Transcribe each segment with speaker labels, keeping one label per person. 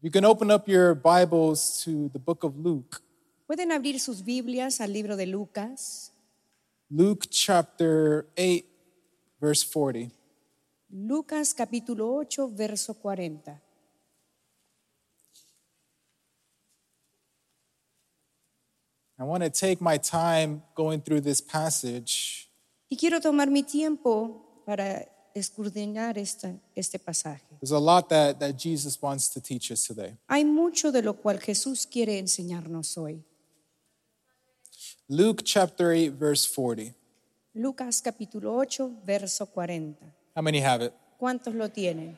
Speaker 1: You can open up your Bibles to the book of Luke,
Speaker 2: Pueden abrir sus Biblias al libro de Lucas,
Speaker 1: Luke chapter 8, verse 40.
Speaker 2: Lucas capítulo 8, verso 40.
Speaker 1: I want to take my time going through this passage
Speaker 2: Y quiero tomar mi tiempo para escudriñar esta- este pasaje.
Speaker 1: There's a lot that, that Jesus wants to teach us today.
Speaker 2: Hay mucho de lo cual Jesús quiere enseñarnos hoy.
Speaker 1: Luke chapter 8, verse 40.
Speaker 2: Lucas capítulo 8, verso 40.
Speaker 1: How many have it?
Speaker 2: ¿Cuántos lo tienen?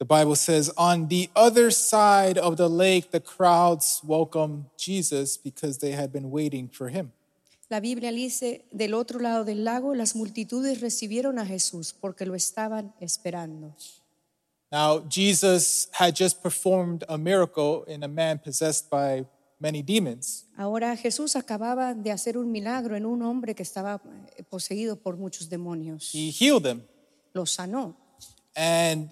Speaker 1: The Bible says, On the other side of the lake, the crowds welcomed Jesus because they had been waiting for him.
Speaker 2: La Biblia dice, del otro lado del lago las multitudes recibieron a Jesús porque lo estaban esperando.
Speaker 1: Now, Jesus had just performed a miracle in a man possessed by many demons.
Speaker 2: Ahora Jesús acababa de hacer un milagro en un hombre que estaba eh, poseído por muchos demonios.
Speaker 1: He healed him.
Speaker 2: Lo sanó.
Speaker 1: And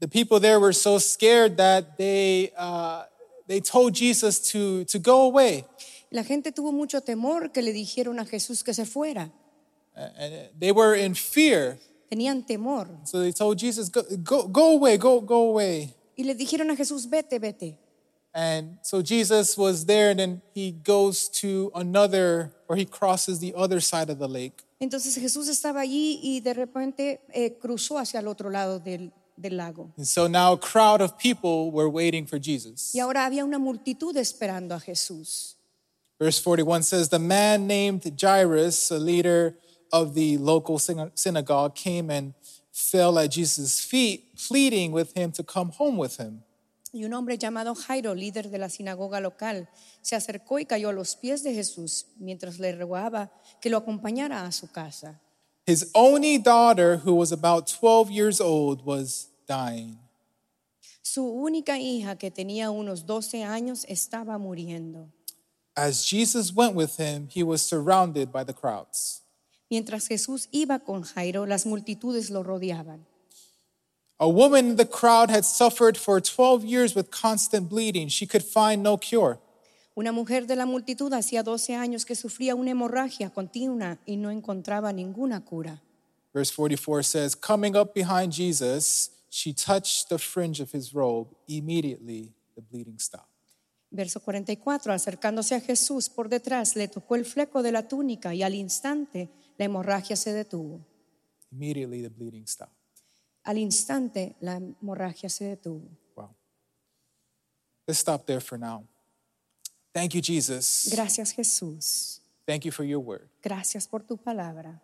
Speaker 1: the people there were so scared that they, uh, they told Jesus to, to go away.
Speaker 2: La gente tuvo mucho temor que le dijeron a Jesús que se fuera.
Speaker 1: And they were in fear
Speaker 2: Tenían temor
Speaker 1: So they told Jesus, go, go, go away, go, go away.
Speaker 2: y le dijeron a Jesús, vete, vete.
Speaker 1: And so Jesus was there, and then he goes to another, or he crosses the other side of the lake.
Speaker 2: Entonces Jesús estaba allí y de repente eh, cruzó hacia el otro lado del, del lago.
Speaker 1: And so now a crowd of people were waiting for Jesus.
Speaker 2: Y ahora había una multitud esperando a Jesús.
Speaker 1: Verse 41 says, The man named Jairus, a leader of the local syna- synagogue, came and fell at Jesus' feet, pleading with him to come home with him.
Speaker 2: Y un hombre llamado Jairo, líder de la sinagoga local, se acercó y cayó a los pies de Jesús mientras le rogaba que lo acompañara a su casa.
Speaker 1: His only daughter, who was about 12 years old, was dying.
Speaker 2: Su única hija, que tenía unos 12 años, estaba muriendo.
Speaker 1: As Jesus went with him, he was surrounded by the crowds.
Speaker 2: Mientras Jesús iba con Jairo, las multitudes lo rodeaban.
Speaker 1: A woman in the crowd had suffered for 12 years with constant bleeding. She could find no cure.
Speaker 2: Una mujer de la multitud hacía 12 años que sufría una hemorragia continua y no encontraba ninguna cura.
Speaker 1: Verse 44 says, Coming up behind Jesus, she touched the fringe of his robe. Immediately, the bleeding stopped.
Speaker 2: Verso 44, acercándose a Jesús por detrás, le tocó el fleco de la túnica y al instante la hemorragia se detuvo.
Speaker 1: Immediately, the bleeding stopped.
Speaker 2: Al instante la hemorragia se detuvo.
Speaker 1: Wow. Let's stop there for now. Thank you, Jesus.
Speaker 2: Gracias Jesús,
Speaker 1: Thank you for your word.
Speaker 2: gracias por tu palabra.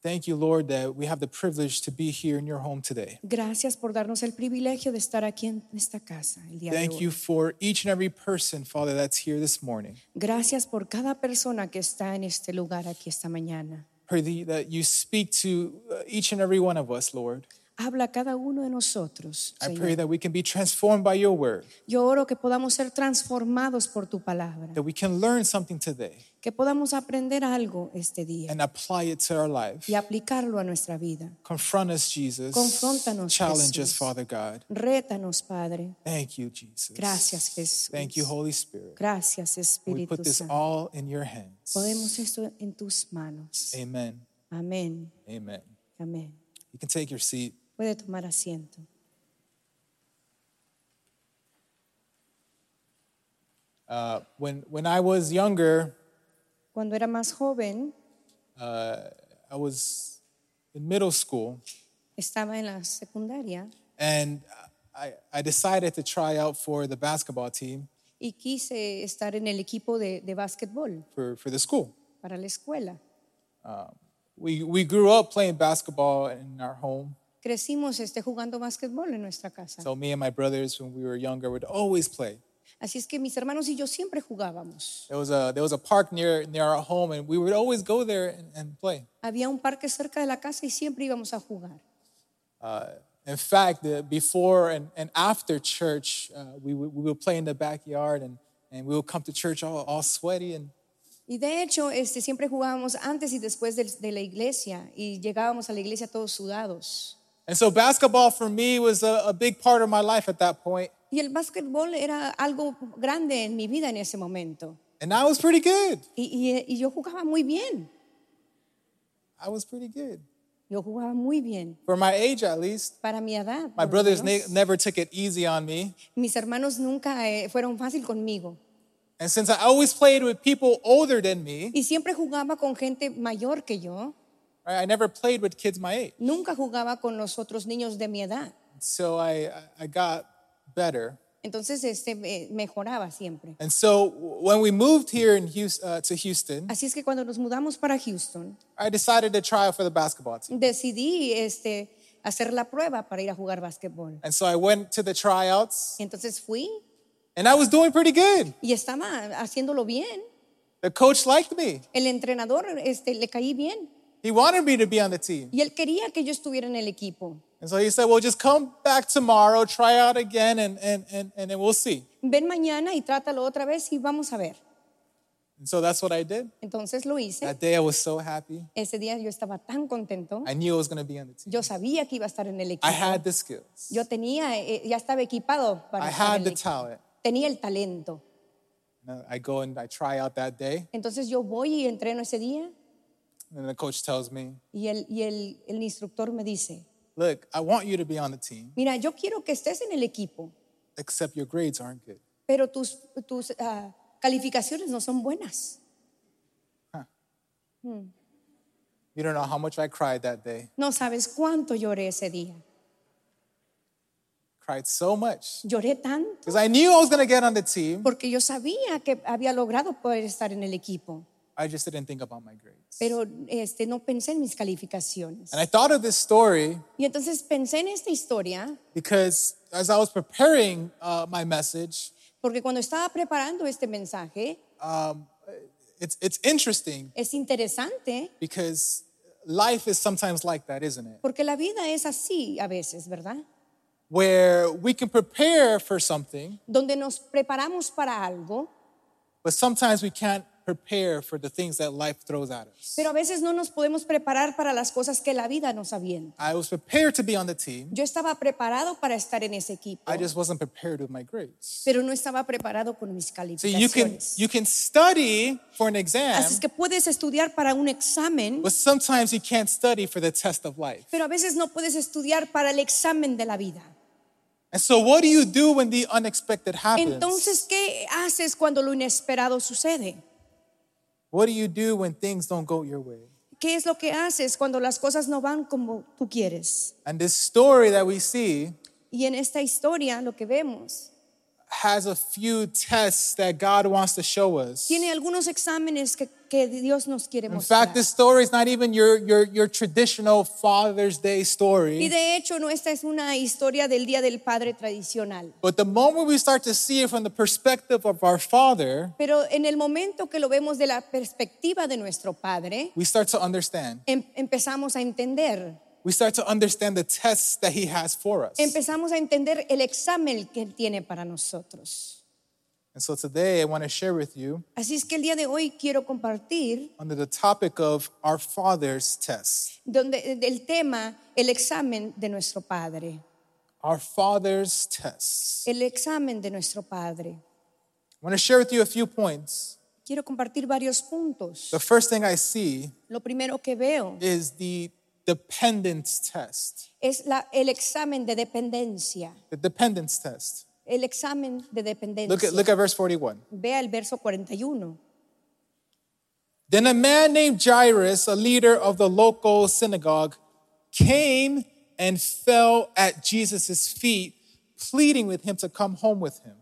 Speaker 1: Thank you, Lord, that we have the privilege to be here in your home today.
Speaker 2: Gracias por darnos el privilegio de estar aquí en esta casa el día de
Speaker 1: Thank
Speaker 2: hoy.
Speaker 1: you for each and every person, Father, that's here this morning.
Speaker 2: Gracias por cada persona que está en este lugar aquí esta mañana.
Speaker 1: Pray that you- that you speak to uh, each and every one of us, Lord.
Speaker 2: Habla a cada uno de nosotros.
Speaker 1: I
Speaker 2: Señor.
Speaker 1: pray that we can be transformed by your word,
Speaker 2: Yo oro que podamos ser transformados por tu palabra,
Speaker 1: that we can learn something today
Speaker 2: que podamos aprender algo este día
Speaker 1: and apply it to our life.
Speaker 2: y aplicarlo a nuestra vida.
Speaker 1: Confront us, Jesus.
Speaker 2: Confróntanos,
Speaker 1: Challenge us,
Speaker 2: Jesús.
Speaker 1: Father God.
Speaker 2: Rétanos, Padre.
Speaker 1: Thank you, Jesus.
Speaker 2: Gracias, Jesús.
Speaker 1: Thank you, Holy Spirit.
Speaker 2: Gracias,
Speaker 1: We
Speaker 2: Espíritu
Speaker 1: put this
Speaker 2: Santo.
Speaker 1: all in your hands.
Speaker 2: Podemos esto en tus manos.
Speaker 1: Amen.
Speaker 2: Amén.
Speaker 1: Amen.
Speaker 2: Amén.
Speaker 1: You can take your seat.
Speaker 2: Puede tomar asiento.
Speaker 1: Uh, when, when I was younger,
Speaker 2: Cuando era más joven,
Speaker 1: I was in middle school.
Speaker 2: estaba en la secundaria
Speaker 1: and I, I decided to try out for the basketball team
Speaker 2: y quise estar en el equipo de, de básquetbol
Speaker 1: for, for the school.
Speaker 2: para la escuela.
Speaker 1: We, we grew up playing basketball in our home.
Speaker 2: Crecimos este, jugando básquetbol en nuestra casa.
Speaker 1: So me and my brothers, when we were younger, would always play.
Speaker 2: Así es que mis hermanos y yo siempre jugábamos.
Speaker 1: There was a, there was a park near, near our home, and we would always go there and, and play.
Speaker 2: Había un parque cerca de la casa y siempre íbamos a jugar.
Speaker 1: In fact, the, before and, and after church, uh, we, would, we would play in the backyard, and, and we would come to church all, all sweaty. And
Speaker 2: Y de hecho, este, siempre jugábamos antes y después del- de, la iglesia y llegábamos a la iglesia todos sudados.
Speaker 1: And so basketball for me was a, a big part of my life at that point,
Speaker 2: Y el básquetbol era algo grande en mi vida en ese momento.
Speaker 1: and I was pretty good.
Speaker 2: Y, y- y yo jugaba muy bien.
Speaker 1: I was pretty good
Speaker 2: Yo jugaba muy bien.
Speaker 1: for my age, at least.
Speaker 2: Para mi edad.
Speaker 1: My
Speaker 2: por lo
Speaker 1: brothers ne-
Speaker 2: menos.
Speaker 1: never took it easy on me,
Speaker 2: Mis hermanos nunca eh, fueron fácil conmigo.
Speaker 1: and since I always played with people older than me,
Speaker 2: Y siempre jugaba con gente mayor que yo.
Speaker 1: right, I never played with kids my age.
Speaker 2: Nunca jugaba con los otros niños de mi edad.
Speaker 1: So I I got better.
Speaker 2: Entonces este, eh, mejoraba siempre.
Speaker 1: And so when we moved here in Houston, uh, to Houston,
Speaker 2: Así es que cuando nos mudamos para Houston,
Speaker 1: I decided to try out for the basketball team.
Speaker 2: decidí este, hacer la prueba para ir a jugar básquetbol.
Speaker 1: And so I went to the tryouts,
Speaker 2: Entonces fui
Speaker 1: and I was doing pretty good.
Speaker 2: y estaba haciéndolo bien.
Speaker 1: The coach liked me.
Speaker 2: El entrenador este, le caí bien
Speaker 1: He wanted me to be on the team.
Speaker 2: y él quería que yo estuviera en el equipo.
Speaker 1: And so he said, Well, just come back tomorrow, try out again, and, and, and, and then we'll see.
Speaker 2: Ven mañana y trátalo otra vez y vamos a ver.
Speaker 1: And so that's what I did.
Speaker 2: Entonces lo hice.
Speaker 1: That day I was so happy.
Speaker 2: Ese día yo estaba tan contento.
Speaker 1: I knew I was going to be on the team.
Speaker 2: Yo sabía que iba a estar en el
Speaker 1: I
Speaker 2: equipo.
Speaker 1: had the skills,
Speaker 2: Yo tenía, eh, ya estaba equipado para
Speaker 1: I
Speaker 2: estar en
Speaker 1: had
Speaker 2: el
Speaker 1: the
Speaker 2: equipo.
Speaker 1: talent.
Speaker 2: Tenía el talento.
Speaker 1: And I go and I try out that day,
Speaker 2: Entonces yo voy y entreno ese día
Speaker 1: and the coach tells me,
Speaker 2: y el, y el, el instructor me dice,
Speaker 1: Look, I want you to be on the team,
Speaker 2: mira, yo quiero que estés en el equipo,
Speaker 1: except your grades aren't good.
Speaker 2: pero tus, tus ah, calificaciones no son buenas.
Speaker 1: You don't know how much I cried that day.
Speaker 2: No sabes cuánto lloré ese día.
Speaker 1: Cried so much
Speaker 2: Lloré tanto
Speaker 1: because I knew I was going to get on the team.
Speaker 2: porque yo sabía que había logrado poder estar en el equipo,
Speaker 1: I just didn't think about my grades.
Speaker 2: pero este, no pensé en mis calificaciones.
Speaker 1: And I thought of this story
Speaker 2: Y entonces pensé en esta historia
Speaker 1: because as I was preparing uh, my message,
Speaker 2: porque cuando estaba preparando este mensaje,
Speaker 1: it's, it's interesting
Speaker 2: es interesante
Speaker 1: because life is sometimes like that, isn't it?
Speaker 2: porque la vida es así a veces, ¿verdad?
Speaker 1: Where we can prepare for something,
Speaker 2: Donde nos preparamos para algo,
Speaker 1: but sometimes we can't prepare for the things that life throws at us.
Speaker 2: pero a veces no nos podemos preparar para las cosas que la vida nos avienta.
Speaker 1: I was prepared to be on the team,
Speaker 2: Yo estaba preparado para estar en ese equipo,
Speaker 1: I just wasn't prepared with my grades.
Speaker 2: pero no estaba preparado con mis
Speaker 1: So you can,
Speaker 2: calificaciones.
Speaker 1: you can study for an exam,
Speaker 2: Así es que puedes estudiar para un examen,
Speaker 1: but sometimes you can't study for the test of life.
Speaker 2: pero a veces no puedes estudiar para el examen de la vida.
Speaker 1: And so, what do you do when the unexpected happens?
Speaker 2: Entonces, ¿qué haces cuando lo inesperado sucede?
Speaker 1: What do you do when things don't go your way?
Speaker 2: ¿Qué es lo que haces cuando las cosas no van como tú quieres?
Speaker 1: And this story that we see
Speaker 2: Y en esta historia lo que vemos
Speaker 1: has a few tests that God wants to show us.
Speaker 2: tiene algunos exámenes que, que Dios nos quiere
Speaker 1: In
Speaker 2: mostrar.
Speaker 1: fact, this story is not even your, your, your traditional Father's Day
Speaker 2: y
Speaker 1: story.
Speaker 2: de hecho, no esta es una historia del Día del Padre tradicional.
Speaker 1: But the moment we start to see it from the perspective of our Father,
Speaker 2: Pero en el momento que lo vemos de la perspectiva de nuestro Padre,
Speaker 1: we start to understand.
Speaker 2: em- empezamos a entender,
Speaker 1: We start to understand the tests that He has for us. And
Speaker 2: empezamos a entender el examen que Él tiene para nosotros.
Speaker 1: so today I want to share with you
Speaker 2: Así es que el día de hoy quiero compartir
Speaker 1: under the topic of our Father's test.
Speaker 2: donde, del tema, el examen de nuestro Padre.
Speaker 1: Our Father's test.
Speaker 2: El examen de nuestro Padre.
Speaker 1: I want to share with you a few points.
Speaker 2: Quiero compartir varios puntos.
Speaker 1: The first thing I see
Speaker 2: Lo primero que veo
Speaker 1: is the dependence test.
Speaker 2: es la- el examen de dependencia.
Speaker 1: The dependence test.
Speaker 2: El examen de dependencia.
Speaker 1: Look at, look at verse 41.
Speaker 2: Vea el verso 41.
Speaker 1: Then a man named Jairus, a leader of the local synagogue, came and fell at Jesus' feet, pleading with him to come home with him.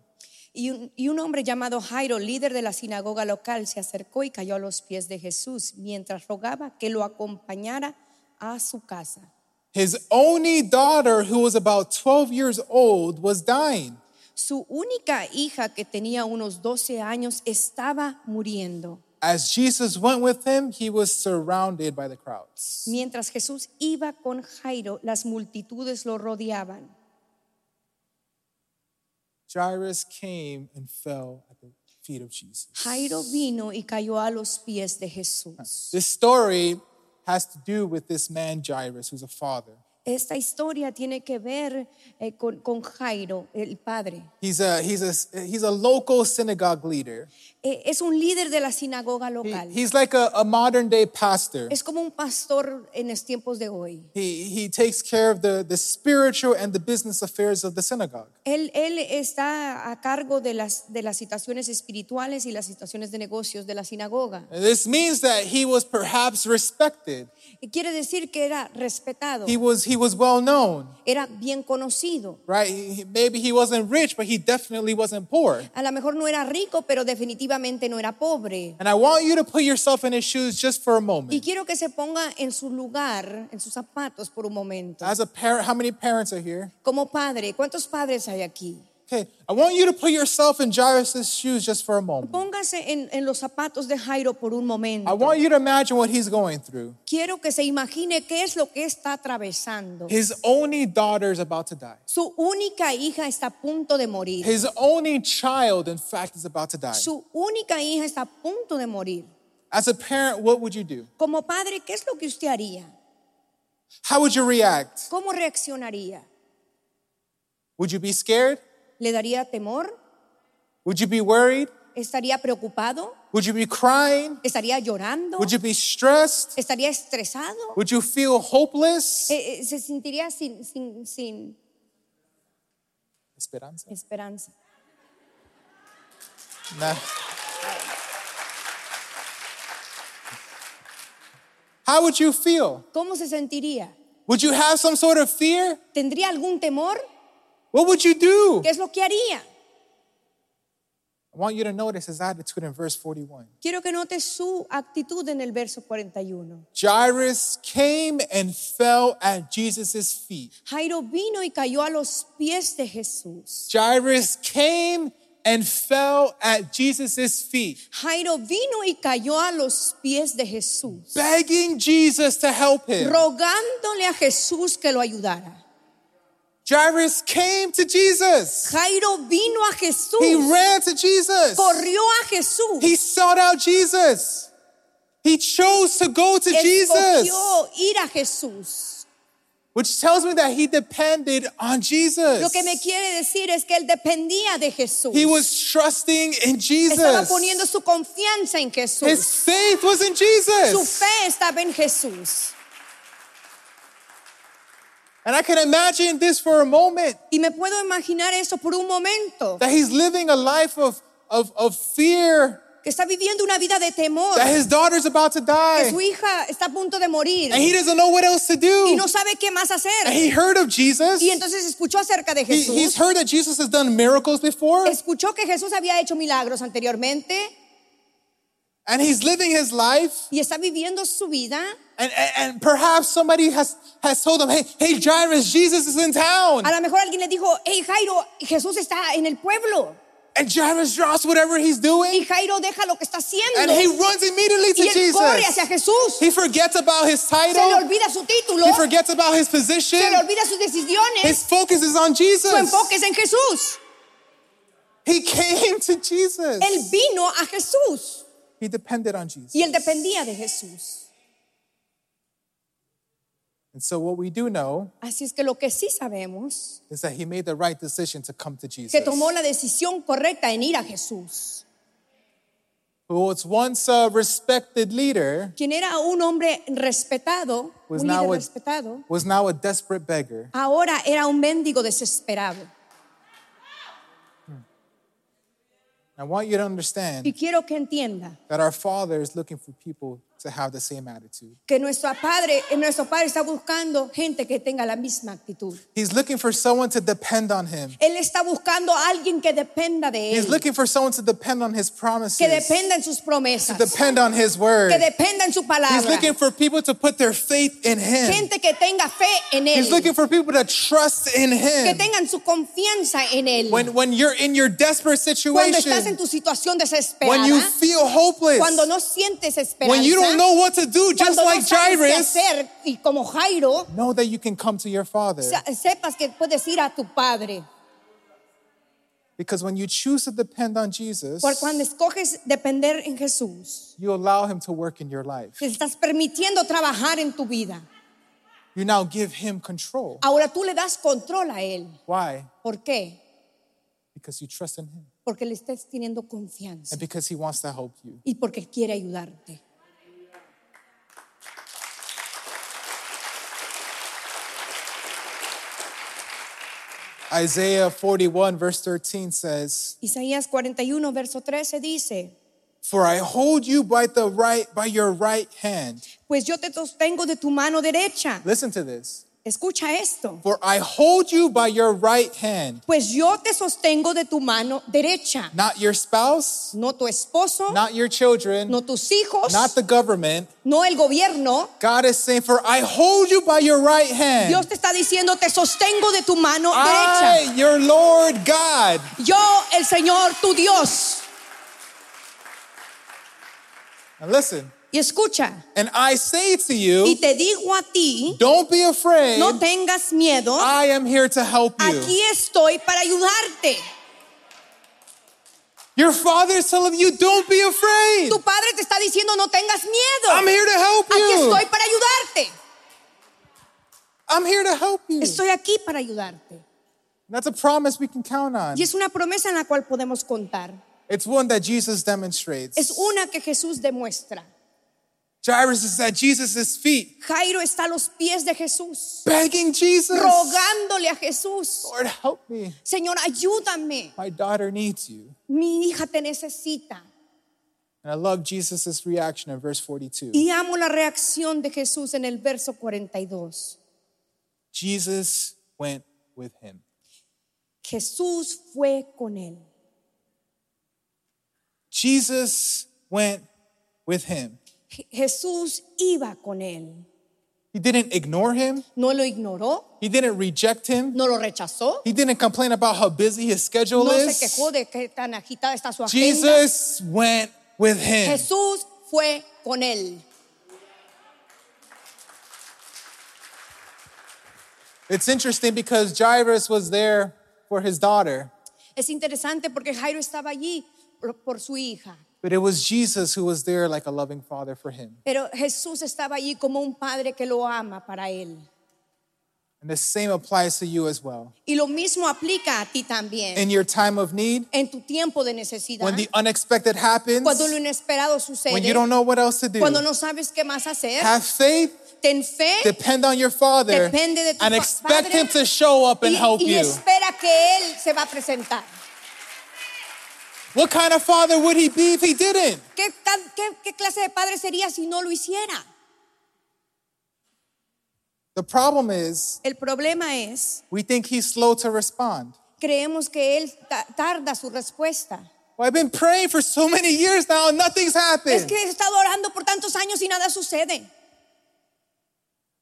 Speaker 2: Y un, y un hombre llamado Jairo, líder de la sinagoga local, se acercó y cayó a los pies de Jesús mientras rogaba que lo acompañara a su casa.
Speaker 1: His only daughter, who was about 12 years old, was dying.
Speaker 2: Su única hija, que tenía unos 12 años, estaba muriendo.
Speaker 1: As Jesus went with him, he was surrounded by the crowds.
Speaker 2: Mientras Jesús iba con Jairo, las multitudes lo rodeaban.
Speaker 1: Jairus came and fell at the feet of Jesus.
Speaker 2: Jairo vino y cayó a los pies de Jesús.
Speaker 1: This story has to do with this man Jairus, who's a father.
Speaker 2: Esta historia tiene que ver eh, con, con Jairo, el padre.
Speaker 1: He's a, he's a, he's a local synagogue leader.
Speaker 2: Eh, es un líder de la sinagoga
Speaker 1: He-
Speaker 2: local.
Speaker 1: he's like a, a modern day pastor.
Speaker 2: es como un pastor en los tiempos de hoy.
Speaker 1: He, he takes care of the, the spiritual and the business affairs of the synagogue.
Speaker 2: Él, él está a cargo de las, de las situaciones espirituales y las situaciones de negocios de la sinagoga.
Speaker 1: And this means that he was perhaps respected.
Speaker 2: Y quiere decir que era respetado,
Speaker 1: He was, he was well known,
Speaker 2: era bien conocido.
Speaker 1: right? He- he- maybe he wasn't rich, but he definitely wasn't poor.
Speaker 2: A lo mejor no era rico, pero definitivamente no era pobre.
Speaker 1: And I want you to put yourself in his shoes just for a
Speaker 2: Y
Speaker 1: moment.
Speaker 2: quiero que se ponga en su lugar, en sus zapatos por un momento.
Speaker 1: As a parent, how many parents are here?
Speaker 2: Como padre, ¿cuántos padres hay aquí?
Speaker 1: Okay, I want you to put yourself in Jairus' shoes just for a moment.
Speaker 2: Póngase en, en los zapatos de Jairo por un
Speaker 1: I
Speaker 2: momento.
Speaker 1: want you to imagine what he's going through.
Speaker 2: Quiero que se imagine qué es lo que está atravesando.
Speaker 1: His only daughter is about to die.
Speaker 2: Su única hija está a punto de morir.
Speaker 1: His only child, in fact, is about to die.
Speaker 2: Su única hija está a punto de morir.
Speaker 1: As a parent, what would you do?
Speaker 2: Como padre, ¿qué es lo que usted haría?
Speaker 1: How would you react?
Speaker 2: ¿Cómo reaccionaría?
Speaker 1: Would you be scared?
Speaker 2: ¿Le daría temor?
Speaker 1: Would you be worried?
Speaker 2: ¿Estaría preocupado?
Speaker 1: Would you be crying?
Speaker 2: ¿Estaría llorando?
Speaker 1: Would you be stressed?
Speaker 2: ¿Estaría estresado?
Speaker 1: Would you feel hopeless?
Speaker 2: Eh, eh, ¿Se sentiría sin, sin, sin
Speaker 1: Esperanza.
Speaker 2: esperanza?
Speaker 1: Nah. How would you feel?
Speaker 2: ¿Cómo se sentiría?
Speaker 1: Would you have some sort of fear?
Speaker 2: ¿Tendría algún temor?
Speaker 1: What would you do?
Speaker 2: ¿Qué es lo que haría?
Speaker 1: I want you to notice his attitude in verse 41.
Speaker 2: Quiero que note su actitud en el verso 41.
Speaker 1: Jairus came and fell at Jesus' feet.
Speaker 2: Jairo vino y cayó a los pies de Jesús.
Speaker 1: Jairus came and fell at Jesus' feet,
Speaker 2: Jairo vino y cayó a los pies de Jesús,
Speaker 1: begging Jesus to help him.
Speaker 2: rogándole a Jesús que lo ayudara.
Speaker 1: Jairus came to Jesus.
Speaker 2: Jairo vino a Jesús,
Speaker 1: He ran to Jesus.
Speaker 2: corrió a Jesús,
Speaker 1: He sought out Jesus. He chose to go to Jesus,
Speaker 2: escogió ir a Jesús.
Speaker 1: which tells me that he depended on Jesus.
Speaker 2: Lo que me quiere decir es que él dependía de Jesús.
Speaker 1: He was trusting in
Speaker 2: Estaba
Speaker 1: Jesus.
Speaker 2: poniendo su confianza en Jesús.
Speaker 1: His faith was in
Speaker 2: su
Speaker 1: Jesus.
Speaker 2: fe estaba en Jesús.
Speaker 1: And I can imagine this for a moment
Speaker 2: Y me puedo imaginar eso por un momento,
Speaker 1: that he's living a life of, of, of fear,
Speaker 2: que está viviendo una vida de temor,
Speaker 1: that his daughter's about to die,
Speaker 2: que su hija está a punto de morir
Speaker 1: and he doesn't know what else to
Speaker 2: y
Speaker 1: do.
Speaker 2: no sabe qué más
Speaker 1: And
Speaker 2: hacer.
Speaker 1: he heard of Jesus.
Speaker 2: Y entonces escuchó acerca de
Speaker 1: He- he's
Speaker 2: Jesús,
Speaker 1: heard that Jesus has done miracles before,
Speaker 2: escuchó que Jesús había hecho milagros anteriormente
Speaker 1: and he's living his life.
Speaker 2: y está viviendo su vida.
Speaker 1: And, and, and perhaps somebody has, has told him, hey, hey, Jairus, Jesus is in town.
Speaker 2: A lo mejor alguien le dijo, hey Jairo, Jesús está en el pueblo.
Speaker 1: And Jairus drops whatever he's doing,
Speaker 2: Y Jairo deja lo que está
Speaker 1: and
Speaker 2: haciendo
Speaker 1: he runs immediately
Speaker 2: y
Speaker 1: to
Speaker 2: él corre
Speaker 1: Jesus.
Speaker 2: hacia Jesús.
Speaker 1: He forgets about his
Speaker 2: Se le
Speaker 1: title,
Speaker 2: olvida su título,
Speaker 1: he forgets about his position.
Speaker 2: se le olvida sus decisiones,
Speaker 1: His focus is on
Speaker 2: su
Speaker 1: Jesus.
Speaker 2: enfoque es en Jesús.
Speaker 1: He came to Jesus.
Speaker 2: Él vino a Jesús.
Speaker 1: He depended on Jesus.
Speaker 2: Y él dependía de Jesús.
Speaker 1: And so, what we do know
Speaker 2: Así es que lo que sí sabemos,
Speaker 1: is that he made the right decision to come to
Speaker 2: que
Speaker 1: Jesus.
Speaker 2: tomó la decisión correcta en ir a Jesús,
Speaker 1: Who was once a respected leader
Speaker 2: quien era un hombre respetado,
Speaker 1: was
Speaker 2: un líder
Speaker 1: now a,
Speaker 2: respetado,
Speaker 1: was now a desperate beggar.
Speaker 2: ahora era un mendigo desesperado.
Speaker 1: I want you to
Speaker 2: Y
Speaker 1: understand
Speaker 2: quiero que entienda
Speaker 1: that our Father is looking for people to have the same attitude.
Speaker 2: que nuestro padre, eh, nuestro padre está buscando gente que tenga la misma actitud.
Speaker 1: He's looking for someone to depend on him.
Speaker 2: Él está buscando a alguien que dependa de
Speaker 1: He's
Speaker 2: él,
Speaker 1: looking for someone to depend on his
Speaker 2: que
Speaker 1: promises,
Speaker 2: dependa en sus promesas,
Speaker 1: depend on his word.
Speaker 2: que dependa en su
Speaker 1: He's
Speaker 2: palabra,
Speaker 1: looking for people to put their faith in him.
Speaker 2: gente que tenga fe en él,
Speaker 1: He's looking for people to trust in
Speaker 2: que
Speaker 1: him.
Speaker 2: tengan su confianza en él.
Speaker 1: When, when you're in your desperate
Speaker 2: Cuando estás
Speaker 1: situation,
Speaker 2: en tu situación
Speaker 1: when you
Speaker 2: desesperada,
Speaker 1: feel hopeless,
Speaker 2: cuando no sientes
Speaker 1: when you don't
Speaker 2: esperanza,
Speaker 1: know what to do, just
Speaker 2: cuando no
Speaker 1: like
Speaker 2: sabes qué
Speaker 1: Jairus,
Speaker 2: hacer y como Jairo,
Speaker 1: know that you can come to your Father.
Speaker 2: sa- sepas que puedes ir a tu padre.
Speaker 1: Because when you choose to depend on Jesus,
Speaker 2: Por cuando escoges depender en Jesús,
Speaker 1: you allow him to work in your life.
Speaker 2: te estás permitiendo trabajar en tu vida.
Speaker 1: You now give him control.
Speaker 2: Ahora tú le das control a él.
Speaker 1: Why?
Speaker 2: ¿Por qué?
Speaker 1: Because you trust in him
Speaker 2: Porque le estás teniendo
Speaker 1: and
Speaker 2: confianza
Speaker 1: because he wants to help you.
Speaker 2: y porque quiere ayudarte.
Speaker 1: Isaiah 41, verse 13 says,
Speaker 2: Isaías 41, verso 13 dice,
Speaker 1: For I hold you by the right, by your right hand.
Speaker 2: pues yo te sostengo de tu mano derecha.
Speaker 1: Listen to this.
Speaker 2: Escucha esto.
Speaker 1: For I hold you by your right hand,
Speaker 2: Pues yo te sostengo de tu mano derecha.
Speaker 1: not your spouse,
Speaker 2: No tu esposo,
Speaker 1: not your children,
Speaker 2: no tus hijos,
Speaker 1: not the government.
Speaker 2: no el gobierno.
Speaker 1: God is saying, For I hold you by your right hand.
Speaker 2: Dios te está diciendo, te sostengo de tu mano derecha.
Speaker 1: I, your Lord God.
Speaker 2: Yo, el Señor, tu Dios.
Speaker 1: Now listen,
Speaker 2: Y escucha,
Speaker 1: and I say to
Speaker 2: y
Speaker 1: you,
Speaker 2: te digo a ti,
Speaker 1: don't be afraid.
Speaker 2: no tengas miedo.
Speaker 1: I am here to help you.
Speaker 2: Aquí estoy para ayudarte.
Speaker 1: Your father is telling you, don't be afraid.
Speaker 2: Tu padre te está diciendo, no tengas
Speaker 1: I'm
Speaker 2: miedo.
Speaker 1: here to help
Speaker 2: Aquí
Speaker 1: you.
Speaker 2: estoy para ayudarte.
Speaker 1: I'm here to help you.
Speaker 2: Estoy aquí para ayudarte.
Speaker 1: That's a promise we can count on.
Speaker 2: Y es una promesa en la cual podemos contar.
Speaker 1: It's one that Jesus demonstrates.
Speaker 2: Es una que Jesús demuestra.
Speaker 1: Jairus is at Jesus' feet,
Speaker 2: Jairo está a los pies de Jesús,
Speaker 1: begging Jesus,
Speaker 2: rogándole a Jesús,
Speaker 1: Lord, help me.
Speaker 2: Señor, ayúdame,
Speaker 1: My daughter needs you.
Speaker 2: mi hija te necesita.
Speaker 1: And I love Jesus' reaction in verse 42.
Speaker 2: Y amo la reacción de Jesús en el verso 42.
Speaker 1: Jesus went with him.
Speaker 2: Jesús fue con él.
Speaker 1: Jesus went with him.
Speaker 2: Je- Jesús iba con él.
Speaker 1: He didn't ignore him.
Speaker 2: No lo ignoró,
Speaker 1: He didn't reject him.
Speaker 2: no lo rechazó,
Speaker 1: He didn't complain about how busy his schedule
Speaker 2: no se
Speaker 1: is.
Speaker 2: quejó de que tan agitada está su agenda.
Speaker 1: Jesus went with him.
Speaker 2: Jesús fue con él.
Speaker 1: It's interesting because Jairus was there for his daughter,
Speaker 2: Es interesante porque Jairo estaba allí por- por su hija.
Speaker 1: but it was Jesus who was there like a loving father for him.
Speaker 2: Pero Jesús estaba allí como un padre que lo ama para él.
Speaker 1: And the same applies to you as well.
Speaker 2: Y lo mismo aplica a ti también.
Speaker 1: In your time of need,
Speaker 2: en tu tiempo de necesidad,
Speaker 1: when the unexpected happens,
Speaker 2: cuando lo inesperado sucede,
Speaker 1: when you don't know what else to do,
Speaker 2: cuando no sabes qué más hacer,
Speaker 1: have faith
Speaker 2: ten fe
Speaker 1: Depend on your father
Speaker 2: Depende de tu
Speaker 1: and
Speaker 2: fa-
Speaker 1: expect
Speaker 2: padre
Speaker 1: him to show up and
Speaker 2: y,
Speaker 1: help
Speaker 2: y
Speaker 1: you.
Speaker 2: espera que Él se va a presentar.
Speaker 1: What kind of father would he be if he didn't?
Speaker 2: ¿Qué, tan- qué- qué clase de padre sería si no lo hiciera?
Speaker 1: The problem is,
Speaker 2: El problema es,
Speaker 1: we think he's slow to respond.
Speaker 2: creemos que Él ta- tarda su respuesta.
Speaker 1: Well, I've been praying for so many years now and nothing's happened.
Speaker 2: Es que he estado orando por tantos años y nada sucede.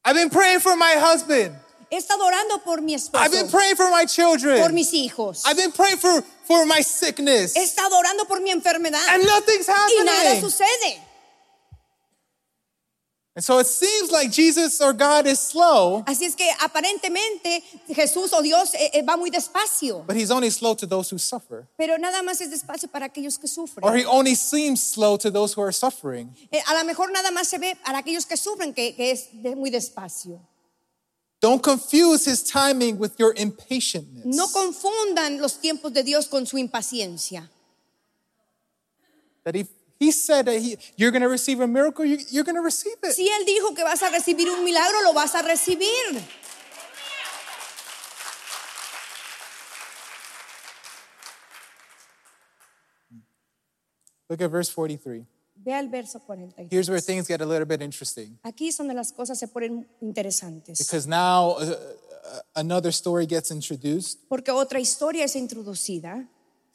Speaker 1: I've been praying for my husband.
Speaker 2: He estado orando por mi
Speaker 1: I've been
Speaker 2: esposo,
Speaker 1: praying for my children.
Speaker 2: por mis hijos.
Speaker 1: I've been praying for, for my sickness.
Speaker 2: He estado orando por mi enfermedad
Speaker 1: and nothing's
Speaker 2: y nada
Speaker 1: happening.
Speaker 2: sucede.
Speaker 1: And so it seems like Jesus or God is slow,
Speaker 2: Así es que aparentemente Jesús o Dios eh, eh, va muy despacio,
Speaker 1: but he's only slow to those who suffer.
Speaker 2: pero nada más es despacio para aquellos que
Speaker 1: Or
Speaker 2: sufren.
Speaker 1: he only seems slow to those who are suffering.
Speaker 2: Eh, A lo mejor nada más se ve para aquellos que sufren que, que es de- muy despacio.
Speaker 1: Don't confuse his timing with your impatientness.
Speaker 2: No confundan los tiempos de Dios con su impaciencia.
Speaker 1: That if he said that he, you're going to receive a miracle, you, you're going to receive it.
Speaker 2: Si Él dijo que vas a recibir un milagro, lo vas a recibir.
Speaker 1: Look at verse 43.
Speaker 2: Vea el verso 40.
Speaker 1: Here's where things get a little bit interesting
Speaker 2: Aquí es donde las cosas se ponen interesantes,
Speaker 1: because now uh, uh, another story gets introduced.
Speaker 2: porque otra historia es introducida.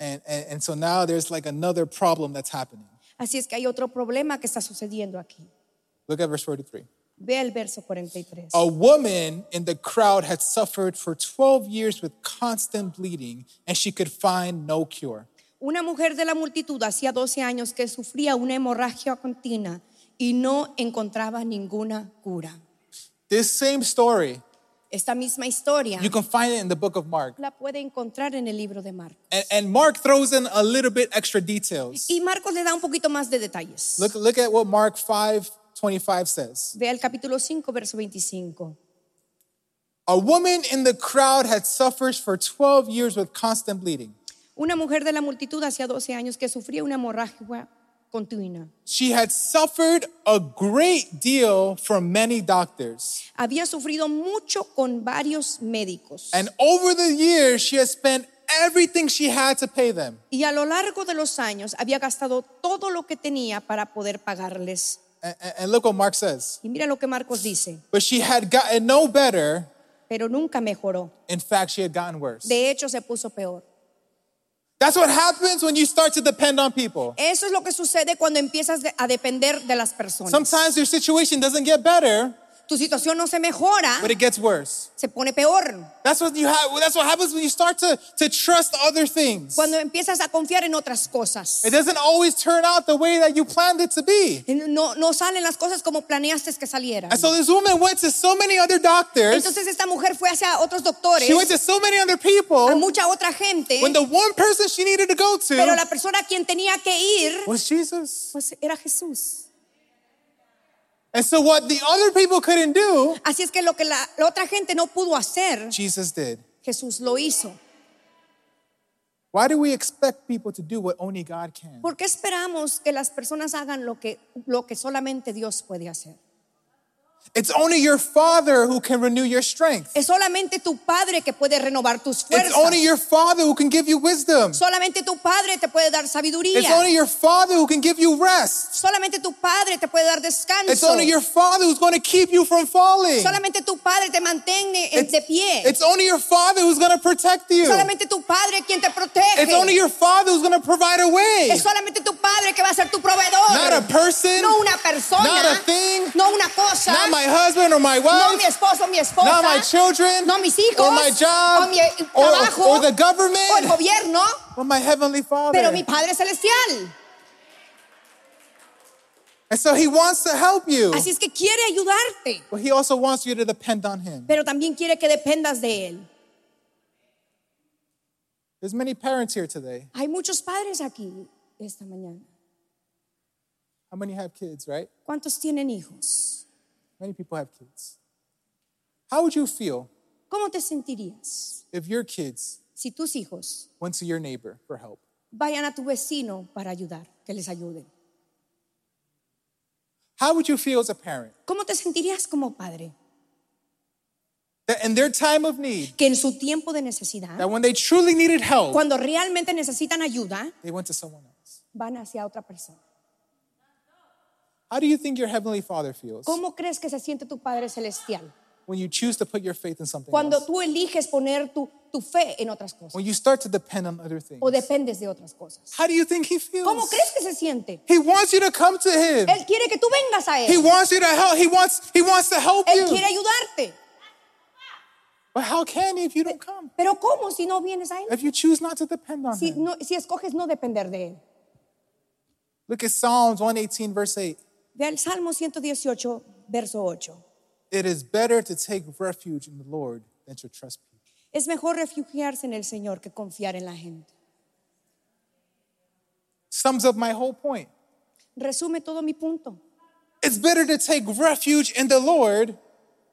Speaker 1: And, and, and so now there's like another problem that's happening.
Speaker 2: Así es que hay otro problema que está sucediendo aquí.
Speaker 1: Look at verse 43.
Speaker 2: Vea el verso 43.
Speaker 1: A woman in the crowd had suffered for 12 years with constant bleeding, and she could find no cure.
Speaker 2: Una mujer de la multitud hacía 12 años que sufría una hemorragia continua y no encontraba ninguna cura.
Speaker 1: This same story,
Speaker 2: Esta misma historia
Speaker 1: you can find it in the book of Mark.
Speaker 2: la puede encontrar en el libro de Marcos.
Speaker 1: And, and Mark throws in a little bit extra details.
Speaker 2: Y Marcos le da un poquito más de detalles.
Speaker 1: Look, look at what Mark 5 25 says.
Speaker 2: Vea el capítulo 5, verso 25.
Speaker 1: A woman in the crowd had suffered for 12 years with constant bleeding.
Speaker 2: Una mujer de la multitud hacía 12 años que sufría una hemorragia continua.
Speaker 1: She had suffered a great deal from many doctors.
Speaker 2: Había sufrido mucho con varios médicos.
Speaker 1: And over the years, she has spent everything she had to pay them.
Speaker 2: Y a lo largo de los años había gastado todo lo que tenía para poder pagarles.
Speaker 1: And, and- and look what Mark says.
Speaker 2: Y mira lo que Marcos dice,
Speaker 1: But she had gotten no better.
Speaker 2: pero nunca mejoró.
Speaker 1: In fact, she had gotten worse.
Speaker 2: De hecho, se puso peor.
Speaker 1: That's what happens when you start to depend on people.
Speaker 2: Eso es lo que sucede cuando empiezas de- a depender de las personas.
Speaker 1: Sometimes your situation doesn't get better,
Speaker 2: tu situación no se mejora,
Speaker 1: but it gets worse.
Speaker 2: se pone peor.
Speaker 1: That's what you have. That's what happens when you start to, to trust other things.
Speaker 2: Cuando empiezas a confiar en otras cosas.
Speaker 1: It doesn't always turn out the way that you planned it to be.
Speaker 2: No, no salen las cosas como planeaste que salieran.
Speaker 1: And so this woman went to so many other doctors.
Speaker 2: Entonces esta mujer fue hacia otros doctores,
Speaker 1: She went to so many other people.
Speaker 2: a mucha otra gente,
Speaker 1: when the one person she needed to go
Speaker 2: pero
Speaker 1: to
Speaker 2: la persona a quien tenía que ir
Speaker 1: was Jesus.
Speaker 2: pues era Jesús.
Speaker 1: And so what the other people couldn't do,
Speaker 2: Así es que lo que la, la otra gente no pudo hacer,
Speaker 1: Jesus did.
Speaker 2: Jesús lo hizo.
Speaker 1: Why do we expect people to do what only God can?
Speaker 2: ¿Por qué esperamos que las personas hagan lo que, lo que solamente Dios puede hacer?
Speaker 1: It's only your Father who can renew your strength.
Speaker 2: Es solamente tu Padre que puede renovar tus
Speaker 1: It's
Speaker 2: fuerzas.
Speaker 1: only your Father who can give you wisdom.
Speaker 2: Solamente tu Padre te puede dar
Speaker 1: It's
Speaker 2: sabiduría.
Speaker 1: only your Father who can give you rest.
Speaker 2: Solamente tu Padre te puede dar
Speaker 1: It's
Speaker 2: descanso.
Speaker 1: only your Father who's going to keep you from falling.
Speaker 2: Solamente tu Padre te mantiene en-
Speaker 1: It's,
Speaker 2: de pie.
Speaker 1: it's only your Father who's going to protect you.
Speaker 2: Solamente tu Padre quien te protege.
Speaker 1: It's only your Father who's going to provide a way.
Speaker 2: Es solamente tu Padre que va a ser tu proveedor.
Speaker 1: Not a person,
Speaker 2: no una persona.
Speaker 1: not a thing,
Speaker 2: no una cosa.
Speaker 1: not my husband or my
Speaker 2: no mi
Speaker 1: wife,
Speaker 2: esposo, mi esposa.
Speaker 1: not my children,
Speaker 2: no mis hijos.
Speaker 1: or Oh, my
Speaker 2: o
Speaker 1: job,
Speaker 2: mi trabajo.
Speaker 1: or, or the
Speaker 2: o el
Speaker 1: government,
Speaker 2: gobierno.
Speaker 1: but my Heavenly
Speaker 2: Pero mi
Speaker 1: Father.
Speaker 2: Padre Celestial.
Speaker 1: And so He wants to help you,
Speaker 2: Así es que quiere ayudarte.
Speaker 1: but He also wants you to depend on Him.
Speaker 2: Pero también quiere que dependas de Él.
Speaker 1: There's many parents here today.
Speaker 2: Hay muchos padres aquí esta mañana.
Speaker 1: How many have kids, right?
Speaker 2: ¿Cuántos tienen hijos?
Speaker 1: Many people have kids. How would you feel
Speaker 2: ¿Cómo te sentirías
Speaker 1: if your kids
Speaker 2: si tus hijos
Speaker 1: went to your neighbor for help?
Speaker 2: vayan a tu vecino para ayudar, que les ayuden?
Speaker 1: How would you feel as a parent
Speaker 2: ¿Cómo te sentirías como padre?
Speaker 1: that in their time of need,
Speaker 2: Que en su tiempo de necesidad,
Speaker 1: that when they truly needed help,
Speaker 2: cuando realmente necesitan ayuda,
Speaker 1: they went to someone else?
Speaker 2: van hacia otra persona.
Speaker 1: How do you think your Heavenly Father feels
Speaker 2: ¿Cómo crees que se siente tu Padre Celestial?
Speaker 1: when you choose to put your faith in something
Speaker 2: Cuando
Speaker 1: else?
Speaker 2: tú eliges poner tu, tu fe en otras cosas
Speaker 1: When you start to depend on other things?
Speaker 2: o dependes de otras cosas.
Speaker 1: How do you think He
Speaker 2: ¿Cómo
Speaker 1: feels?
Speaker 2: crees que se siente?
Speaker 1: He wants you to come to Him.
Speaker 2: Él quiere que tú vengas a
Speaker 1: He
Speaker 2: Él.
Speaker 1: wants you to help. He wants, he wants to help
Speaker 2: Él quiere
Speaker 1: you.
Speaker 2: ayudarte.
Speaker 1: But how can He if you don't come?
Speaker 2: Pero ¿cómo si no vienes a Él?
Speaker 1: If you choose not to depend on
Speaker 2: Si,
Speaker 1: Him?
Speaker 2: no- si escoges no depender de Él.
Speaker 1: Look at Psalms 118, verse 8.
Speaker 2: Ve al Salmo 118, verso 8.
Speaker 1: It is better to take refuge in the Lord than to trust people.
Speaker 2: Es mejor refugiarse en el Señor que confiar en la gente.
Speaker 1: Sums up my whole point.
Speaker 2: Resume todo mi punto.
Speaker 1: It's better to take refuge in the Lord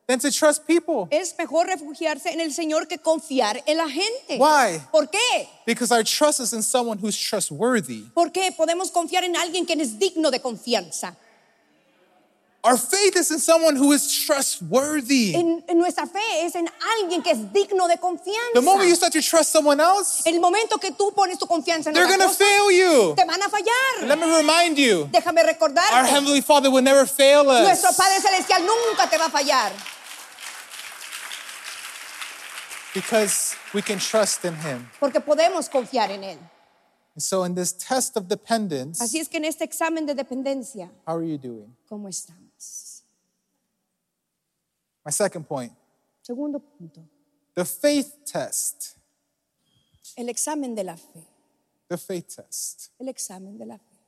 Speaker 1: than to trust people
Speaker 2: Es mejor refugiarse en el Señor que confiar en la gente.
Speaker 1: Why?
Speaker 2: ¿Por qué?
Speaker 1: because our trust is in someone who's trustworthy.
Speaker 2: Porque podemos confiar en alguien que es digno de confianza.
Speaker 1: Our faith is in someone who is trustworthy.
Speaker 2: En, en nuestra fe es en alguien que es digno de confianza.
Speaker 1: The moment you start to trust someone else,
Speaker 2: el momento que tú pones tu confianza en
Speaker 1: they're
Speaker 2: otra
Speaker 1: going to
Speaker 2: cosa,
Speaker 1: fail you.
Speaker 2: te van a fallar.
Speaker 1: Let me remind you
Speaker 2: Déjame recordar.
Speaker 1: our Heavenly Father will never fail
Speaker 2: Nuestro
Speaker 1: us
Speaker 2: Padre Celestial nunca te va a fallar.
Speaker 1: because we can trust in Him.
Speaker 2: Porque podemos confiar en Él.
Speaker 1: And so, in this test of dependence,
Speaker 2: Así es que en este examen de dependencia,
Speaker 1: how are you doing?
Speaker 2: ¿cómo estamos?
Speaker 1: My second point
Speaker 2: Segundo punto,
Speaker 1: the faith test.
Speaker 2: el examen de la fe.
Speaker 1: The faith test.
Speaker 2: El examen de la fe.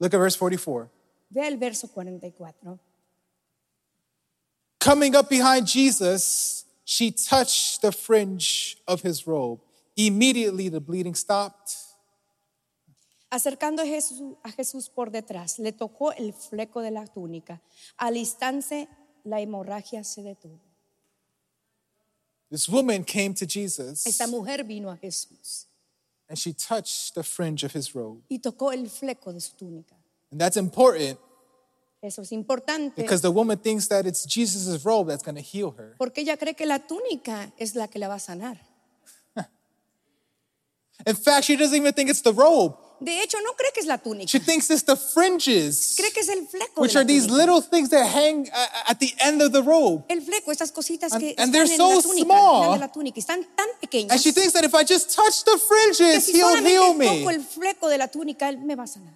Speaker 1: Look at verse 44.
Speaker 2: Ve el verso 44.
Speaker 1: Coming up behind Jesus, she touched the fringe of his robe. Immediately the bleeding stopped.
Speaker 2: Acercando a Jesús, a Jesús por detrás, le tocó el fleco de la túnica. Al instante, la hemorragia se detuvo.
Speaker 1: This woman came to Jesus
Speaker 2: Esta mujer vino a Jesús
Speaker 1: and she touched the fringe of his robe.
Speaker 2: y tocó el fleco de su túnica.
Speaker 1: And that's important
Speaker 2: Eso es importante
Speaker 1: because the woman thinks that it's Jesus' robe that's going to heal her.
Speaker 2: porque ella cree que la túnica es la que la va a sanar.
Speaker 1: In fact, she doesn't even think it's the robe.
Speaker 2: De hecho, no cree que es la túnica,
Speaker 1: She thinks it's the fringes,
Speaker 2: cree que es el fleco. de
Speaker 1: which
Speaker 2: la
Speaker 1: are these
Speaker 2: túnica.
Speaker 1: little things that hang uh, at the end of the robe.
Speaker 2: el fleco, estas cositas que
Speaker 1: And- and
Speaker 2: están
Speaker 1: they're
Speaker 2: en la
Speaker 1: so
Speaker 2: túnica, al final de
Speaker 1: small.
Speaker 2: la túnica, están tan pequeñas
Speaker 1: And she thinks that if I just touch the
Speaker 2: que
Speaker 1: fringes,
Speaker 2: si
Speaker 1: he'll
Speaker 2: solamente
Speaker 1: heal
Speaker 2: toco
Speaker 1: me.
Speaker 2: el fleco de la túnica, él me va a sanar.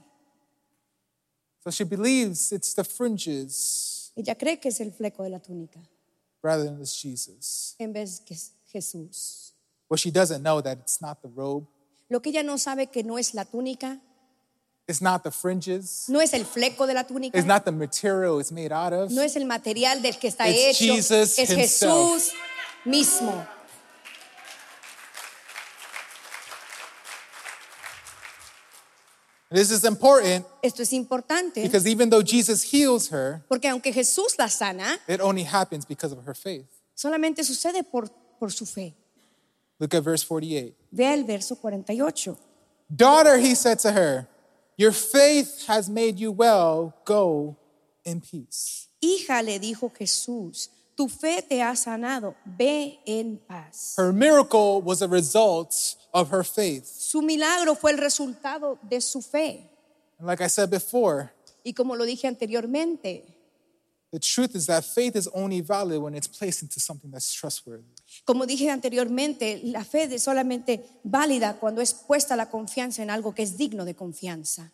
Speaker 1: So she believes it's the fringes
Speaker 2: Ella cree que es el fleco de la túnica
Speaker 1: rather than it's Jesus.
Speaker 2: en vez que es Jesús.
Speaker 1: What she doesn't know that it's not the robe,
Speaker 2: Lo que ella no sabe que no es la túnica,
Speaker 1: it's not the fringes,
Speaker 2: no es el fleco de la túnica,
Speaker 1: it's not the material it's made out of.
Speaker 2: no es el material del que está
Speaker 1: It's
Speaker 2: hecho,
Speaker 1: Jesus
Speaker 2: es
Speaker 1: himself.
Speaker 2: Jesús mismo.
Speaker 1: This is important
Speaker 2: Esto es importante
Speaker 1: because even though Jesus heals her,
Speaker 2: porque aunque Jesús la sana,
Speaker 1: it only happens because of her faith.
Speaker 2: solamente sucede por, por su fe.
Speaker 1: Look at verse 48.
Speaker 2: Vea el verso 48.
Speaker 1: Daughter, he said to her, your faith has made you well. Go in peace.
Speaker 2: Hija, le dijo Jesús, tu fe te ha sanado, ve en paz.
Speaker 1: Her miracle was a result of her faith.
Speaker 2: Su milagro fue el resultado de su fe.
Speaker 1: And like I said before,
Speaker 2: Y como lo dije anteriormente,
Speaker 1: the truth is that faith is only valid when it's placed into something that's trustworthy.
Speaker 2: como dije anteriormente, la fe es solamente válida cuando es puesta la confianza en algo que es digno de confianza.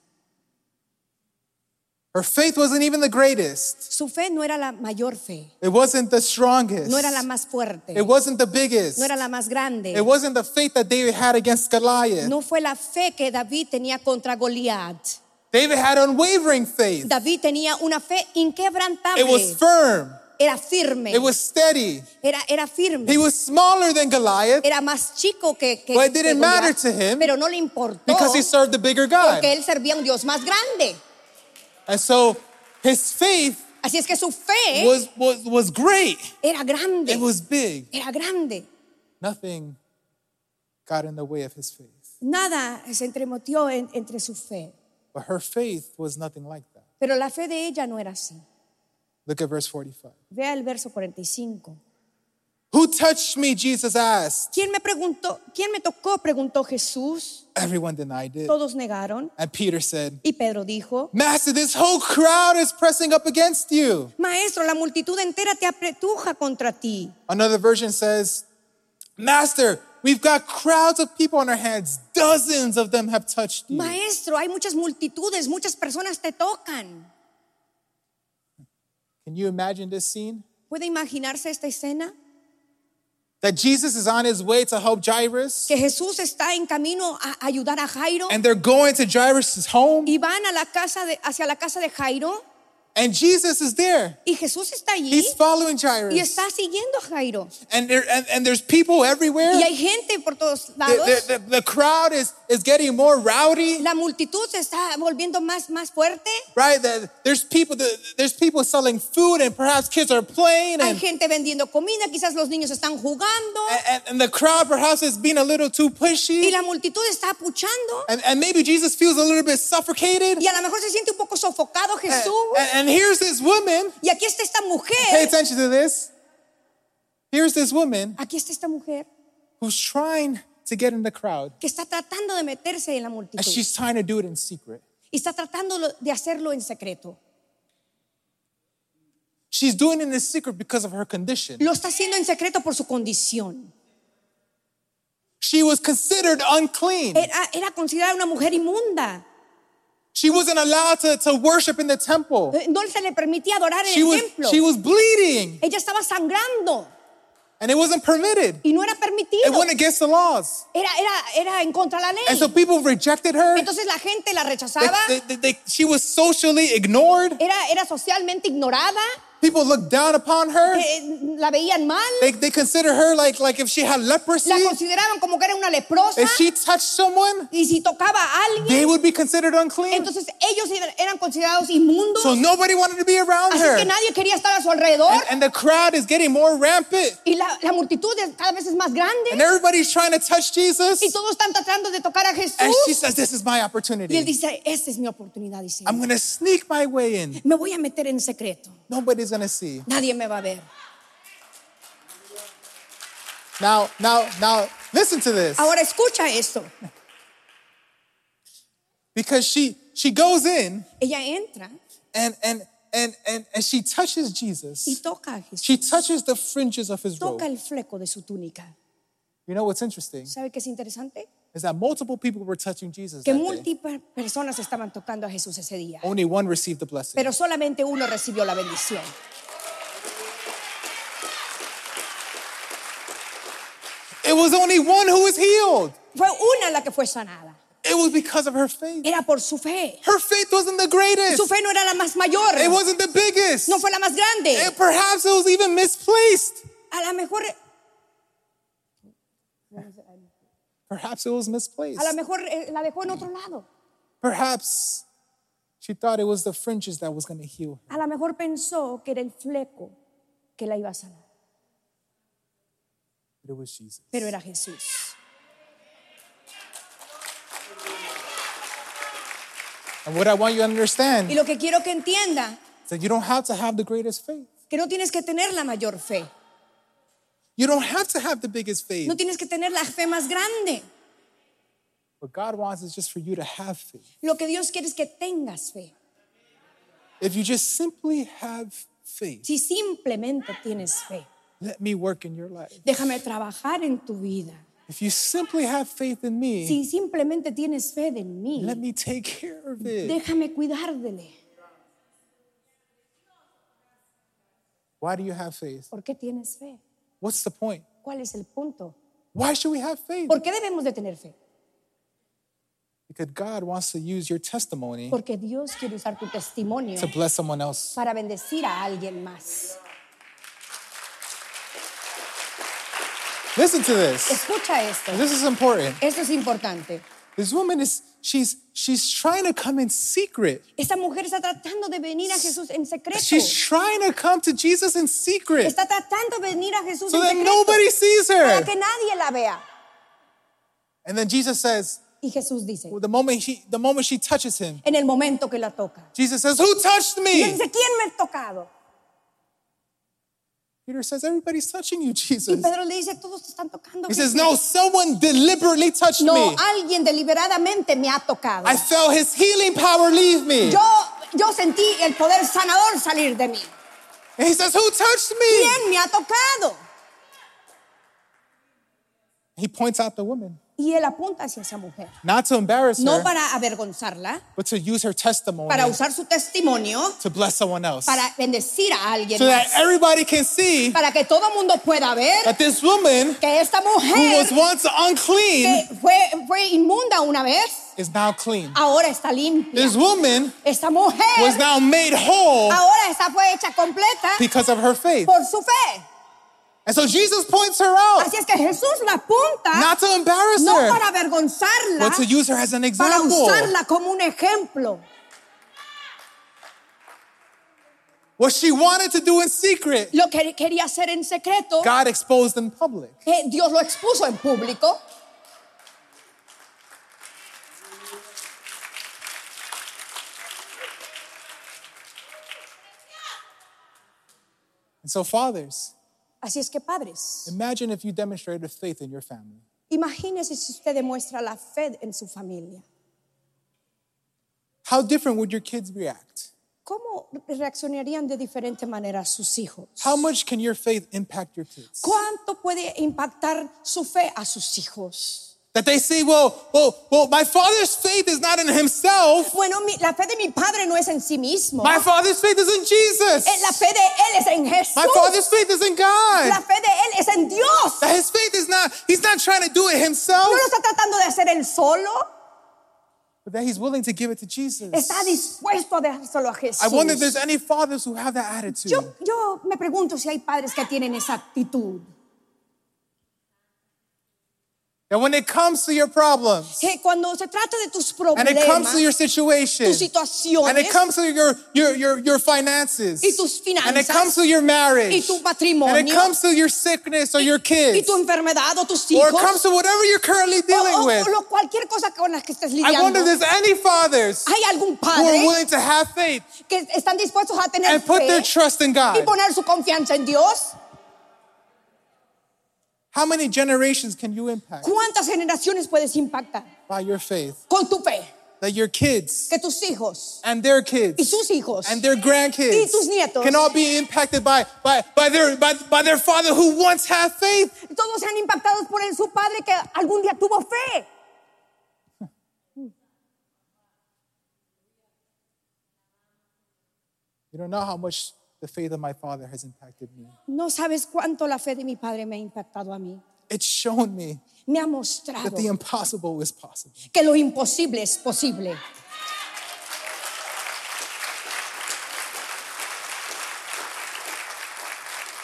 Speaker 1: Her faith wasn't even the greatest.
Speaker 2: Su fe no era la mayor fe,
Speaker 1: It wasn't the strongest.
Speaker 2: no era la más fuerte,
Speaker 1: It wasn't the biggest.
Speaker 2: no era la más
Speaker 1: It
Speaker 2: grande,
Speaker 1: wasn't the faith that David had against Goliath.
Speaker 2: no fue la fe que David tenía contra Goliat.
Speaker 1: David had unwavering faith.
Speaker 2: David tenía una fe inquebrantable,
Speaker 1: It was firm.
Speaker 2: era firme,
Speaker 1: It was steady.
Speaker 2: era, era firme.
Speaker 1: He was smaller than Goliath
Speaker 2: era más chico que, que-
Speaker 1: But it didn't
Speaker 2: que
Speaker 1: matter
Speaker 2: Goliat,
Speaker 1: to him
Speaker 2: pero no le importó
Speaker 1: because he served the bigger God.
Speaker 2: porque él servía a un Dios más grande.
Speaker 1: And so his faith
Speaker 2: Así es que su fe
Speaker 1: was, was, was great.
Speaker 2: era grande,
Speaker 1: It was big.
Speaker 2: era grande.
Speaker 1: Nothing got in the way of his faith.
Speaker 2: Nada se entremotió en- entre su fe,
Speaker 1: But her faith was nothing like that.
Speaker 2: pero la fe de ella no era así.
Speaker 1: Look at verse 45.
Speaker 2: Vea el verso 45.
Speaker 1: Who touched me? Jesus asked.
Speaker 2: ¿Quién me preguntó? ¿Quién me tocó? Preguntó Jesús.
Speaker 1: Everyone denied it.
Speaker 2: Todos negaron.
Speaker 1: And Peter said,
Speaker 2: Y Pedro dijo,
Speaker 1: Master, this whole crowd is pressing up against you.
Speaker 2: Maestro, la multitud entera te apretuja contra ti.
Speaker 1: Another version says, Master, we've got crowds of people on our hands. Dozens of them have touched you.
Speaker 2: Maestro, hay muchas multitudes, muchas personas te tocan.
Speaker 1: Can you imagine this scene?
Speaker 2: ¿Puede imaginarse esta escena?
Speaker 1: That Jesus is on his way to help Jairus,
Speaker 2: que Jesús está en camino a ayudar a Jairo
Speaker 1: and they're going to Jairus' home,
Speaker 2: y van a la casa de- hacia la casa de Jairo
Speaker 1: and Jesus is there.
Speaker 2: y Jesús está allí
Speaker 1: He's following
Speaker 2: y
Speaker 1: Jairus.
Speaker 2: está siguiendo a Jairo
Speaker 1: And, there, and, and there's people everywhere.
Speaker 2: y hay gente por todos lados.
Speaker 1: The, the- the- the crowd is, is getting more rowdy,
Speaker 2: La multitud se está volviendo más más fuerte.
Speaker 1: right? The- there's, people, the, there's people selling food, and perhaps kids are playing,
Speaker 2: Hay
Speaker 1: and,
Speaker 2: gente vendiendo comida, quizás los niños están jugando
Speaker 1: and, and the crowd perhaps is being a little too
Speaker 2: y
Speaker 1: pushy.
Speaker 2: la multitud está apuchando
Speaker 1: And, and maybe Jesus feels a little bit suffocated.
Speaker 2: y a lo mejor se siente un poco sofocado
Speaker 1: And,
Speaker 2: Jesús.
Speaker 1: and- and here's this woman.
Speaker 2: Y aquí está esta
Speaker 1: Pay
Speaker 2: mujer,
Speaker 1: attention to this. Here's this woman
Speaker 2: aquí está esta mujer
Speaker 1: who's trying to get in the crowd,
Speaker 2: que está tratando de meterse en la
Speaker 1: and
Speaker 2: multitud
Speaker 1: she's trying to do it in secret.
Speaker 2: y está tratando lo- de hacerlo en secreto.
Speaker 1: She's doing it in secret because of her condition.
Speaker 2: Lo está haciendo en secreto por su condición.
Speaker 1: She was considered unclean.
Speaker 2: Era, era considerada una mujer inmunda.
Speaker 1: She wasn't allowed to, to worship in the temple.
Speaker 2: Eh, No se le permitía adorar en
Speaker 1: She
Speaker 2: el
Speaker 1: was,
Speaker 2: templo.
Speaker 1: she was bleeding,
Speaker 2: Ella estaba sangrando
Speaker 1: and it wasn't permitted.
Speaker 2: y no era
Speaker 1: It
Speaker 2: permitido.
Speaker 1: went against the laws.
Speaker 2: Era, era, era en contra de la
Speaker 1: And so
Speaker 2: ley.
Speaker 1: people rejected her.
Speaker 2: Entonces la gente la
Speaker 1: They-
Speaker 2: rechazaba. Eh.
Speaker 1: they- they- they- she was socially ignored.
Speaker 2: Era, era socialmente ignorada.
Speaker 1: People looked down upon her.
Speaker 2: eh, la veían mal,
Speaker 1: They, they consider her like, like if she had leprosy.
Speaker 2: la consideraban como que era una leprosa
Speaker 1: If she touched someone,
Speaker 2: y si tocaba a alguien,
Speaker 1: they would be considered unclean.
Speaker 2: entonces ellos eran- eran considerados inmundos,
Speaker 1: So nobody wanted to be around
Speaker 2: así
Speaker 1: her.
Speaker 2: que nadie quería estar a su alrededor
Speaker 1: And, and the crowd is getting more rampant.
Speaker 2: y la, la multitud es- cada vez es más
Speaker 1: And
Speaker 2: grande
Speaker 1: everybody's trying to touch Jesus.
Speaker 2: y todos están tratando de tocar a
Speaker 1: And she
Speaker 2: Jesús
Speaker 1: says, This is my
Speaker 2: uh, y él
Speaker 1: opportunity.
Speaker 2: dice, esta es mi oportunidad, dice,
Speaker 1: I'm going to sneak my way in.
Speaker 2: me voy a meter en secreto,
Speaker 1: Nobody's going to see.
Speaker 2: nadie me va a ver.
Speaker 1: Now, now, now, listen to this.
Speaker 2: Ahora escucha esto,
Speaker 1: Because she she goes in
Speaker 2: ella entra
Speaker 1: and and and and, and she touches
Speaker 2: y
Speaker 1: Jesus.
Speaker 2: toca a Jesús,
Speaker 1: She touches the fringes of his robe.
Speaker 2: toca el fleco de su túnica.
Speaker 1: You know what's interesting
Speaker 2: ¿Sabe qué es interesante?
Speaker 1: is that multiple people were touching Jesus.
Speaker 2: Que
Speaker 1: that day.
Speaker 2: múltiples personas estaban tocando a Jesús ese día,
Speaker 1: Only one received the blessing.
Speaker 2: pero solamente uno recibió la bendición.
Speaker 1: It was only one who was healed.
Speaker 2: Fue una la que fue sanada.
Speaker 1: It was because of her faith.
Speaker 2: Era por su fe.
Speaker 1: Her faith wasn't the
Speaker 2: Su
Speaker 1: greatest.
Speaker 2: fe no era la más mayor,
Speaker 1: It wasn't the biggest.
Speaker 2: no fue la más
Speaker 1: And
Speaker 2: grande.
Speaker 1: perhaps it was even misplaced.
Speaker 2: A lo mejor,
Speaker 1: Perhaps it was misplaced.
Speaker 2: a lo mejor eh, la dejó en otro lado.
Speaker 1: Perhaps she thought it was the fringes that was going to heal her.
Speaker 2: A lo mejor pensó que era el fleco que la iba a sanar,
Speaker 1: But it was Jesus.
Speaker 2: pero era Jesús.
Speaker 1: And what I want you to understand
Speaker 2: Y lo que quiero que entienda,
Speaker 1: is that you don't have to have the greatest faith.
Speaker 2: que no tienes que tener la mayor fe,
Speaker 1: You don't have to have the biggest faith.
Speaker 2: no tienes que tener la fe más grande.
Speaker 1: What God wants is just for you to have faith.
Speaker 2: Lo que Dios quiere es que tengas fe.
Speaker 1: If you just simply have faith,
Speaker 2: Si simplemente tienes fe,
Speaker 1: let me work in your life.
Speaker 2: déjame trabajar en tu vida.
Speaker 1: If you simply have faith in me,
Speaker 2: Si simplemente tienes fe de mí,
Speaker 1: let me take care of it.
Speaker 2: déjame cuidar de él.
Speaker 1: Why do you have faith?
Speaker 2: ¿Por qué tienes fe?
Speaker 1: What's the point?
Speaker 2: ¿Cuál es el punto?
Speaker 1: Why should we have faith?
Speaker 2: ¿Por qué debemos de tener fe?
Speaker 1: Because God wants to use your testimony
Speaker 2: Porque Dios quiere usar tu testimonio
Speaker 1: to bless someone else.
Speaker 2: para bendecir a alguien más.
Speaker 1: Listen to this.
Speaker 2: Escucha esto.
Speaker 1: This is important.
Speaker 2: Esto es importante.
Speaker 1: This woman is she's she's trying to come in secret.
Speaker 2: Esta mujer está tratando de venir a Jesús en secreto.
Speaker 1: She's trying to come to Jesus in secret
Speaker 2: Está tratando de venir a Jesús
Speaker 1: so
Speaker 2: en
Speaker 1: that
Speaker 2: secreto
Speaker 1: nobody sees
Speaker 2: para
Speaker 1: her.
Speaker 2: que nadie la vea.
Speaker 1: And then Jesus says,
Speaker 2: Y Jesús dice,
Speaker 1: well, the moment he the moment she touches him,
Speaker 2: en el momento que la toca.
Speaker 1: Jesus says, "Who touched
Speaker 2: Y él
Speaker 1: me?"
Speaker 2: dice, ¿quién me ha tocado?
Speaker 1: Peter says, "Everybody's touching you,
Speaker 2: Y
Speaker 1: Jesus."
Speaker 2: Pedro le dice, todos te están tocando.
Speaker 1: He
Speaker 2: Jesús".
Speaker 1: says, "No, someone deliberately touched
Speaker 2: no,
Speaker 1: me.
Speaker 2: alguien deliberadamente me ha tocado.
Speaker 1: I felt his healing power leave me."
Speaker 2: Yo, yo sentí el poder sanador salir de mí.
Speaker 1: And he says, "Who touched me?"
Speaker 2: ¿Quién me ha tocado?
Speaker 1: He points out the woman,
Speaker 2: Y él apunta hacia esa mujer.
Speaker 1: not to embarrass
Speaker 2: No
Speaker 1: her,
Speaker 2: para avergonzarla,
Speaker 1: but to use her testimony
Speaker 2: para usar su testimonio,
Speaker 1: to bless someone else.
Speaker 2: para bendecir a alguien.
Speaker 1: so that
Speaker 2: más.
Speaker 1: everybody can see
Speaker 2: para que todo mundo pueda ver
Speaker 1: that this woman
Speaker 2: que esta
Speaker 1: who was
Speaker 2: mujer
Speaker 1: once unclean
Speaker 2: que fue, fue inmunda una vez,
Speaker 1: is now clean.
Speaker 2: ahora está limpia.
Speaker 1: This woman
Speaker 2: Esta
Speaker 1: was
Speaker 2: mujer
Speaker 1: now made whole
Speaker 2: ahora esta fue hecha completa
Speaker 1: because of her faith.
Speaker 2: por su fe.
Speaker 1: And so Jesus points her out,
Speaker 2: Así es que Jesús la apunta
Speaker 1: not to embarrass
Speaker 2: no
Speaker 1: her,
Speaker 2: para avergonzarla,
Speaker 1: but to use her as an
Speaker 2: para
Speaker 1: example.
Speaker 2: usarla como un ejemplo.
Speaker 1: What she wanted to do in secret,
Speaker 2: Lo que quería hacer en secreto,
Speaker 1: God exposed in public.
Speaker 2: eh, Dios lo expuso en público.
Speaker 1: And so, fathers,
Speaker 2: Así es que padres,
Speaker 1: imagine if you demonstrated faith in your family.
Speaker 2: imagínense si usted demuestra la fe en su familia.
Speaker 1: How different would your kids react?
Speaker 2: ¿Cómo reaccionarían de diferente manera sus hijos?
Speaker 1: How much can your faith impact your kids?
Speaker 2: ¿Cuánto puede impactar su fe a sus hijos?
Speaker 1: That they say, well, well, well, my father's faith is not in himself.
Speaker 2: Bueno, mi- la fe de mi padre no es en sí mismo.
Speaker 1: My father's faith is in
Speaker 2: Eh, la
Speaker 1: Jesus.
Speaker 2: fe de él es en Jesús.
Speaker 1: My father's faith is in
Speaker 2: La
Speaker 1: God.
Speaker 2: fe de él es en Dios.
Speaker 1: That his faith is not, he's not trying to do it himself,
Speaker 2: No lo está tratando de hacer él solo,
Speaker 1: but that he's willing to give it to Jesus.
Speaker 2: Está dispuesto a dejárselo a Jesús.
Speaker 1: I wonder if there's any fathers who have that attitude.
Speaker 2: Yo, yo me pregunto si hay padres que tienen esa actitud.
Speaker 1: That when it comes to your problems,
Speaker 2: Que cuando se trata de tus
Speaker 1: and it comes
Speaker 2: problemas
Speaker 1: to your situation,
Speaker 2: tus situaciones,
Speaker 1: and it comes to your, your, your, your finances,
Speaker 2: Y tus
Speaker 1: and it
Speaker 2: finanzas,
Speaker 1: comes to your marriage,
Speaker 2: y tu
Speaker 1: and it
Speaker 2: matrimonio,
Speaker 1: comes to your sickness or your kids,
Speaker 2: y tu enfermedad o tus
Speaker 1: or
Speaker 2: hijos,
Speaker 1: it comes to whatever you're currently
Speaker 2: o,
Speaker 1: dealing
Speaker 2: o-
Speaker 1: with.
Speaker 2: o lo- cualquier cosa con la que estés
Speaker 1: I
Speaker 2: lidiando.
Speaker 1: wonder if there's any fathers
Speaker 2: Hay algún
Speaker 1: who are
Speaker 2: padre
Speaker 1: willing to have faith
Speaker 2: que están dispuestos a tener
Speaker 1: and put their
Speaker 2: fe
Speaker 1: trust in
Speaker 2: y
Speaker 1: God.
Speaker 2: poner su confianza en Dios.
Speaker 1: How many generations can you impact
Speaker 2: ¿Cuántas generaciones puedes impactar
Speaker 1: by your faith?
Speaker 2: con tu fe?
Speaker 1: That your kids
Speaker 2: Que tus hijos
Speaker 1: and their
Speaker 2: y
Speaker 1: kids
Speaker 2: sus hijos
Speaker 1: and their
Speaker 2: y
Speaker 1: grandkids
Speaker 2: tus nietos.
Speaker 1: can all be impacted by, by, by, their, by, by their father who once had faith.
Speaker 2: todos serán impactados por el- su padre que algún día tuvo fe.
Speaker 1: You don't know how much the faith of my father has impacted me.
Speaker 2: No sabes cuánto la fe de mi padre me ha impactado a mí.
Speaker 1: It's shown me
Speaker 2: Me ha
Speaker 1: that
Speaker 2: mostrado
Speaker 1: the impossible is possible.
Speaker 2: que lo imposible es posible.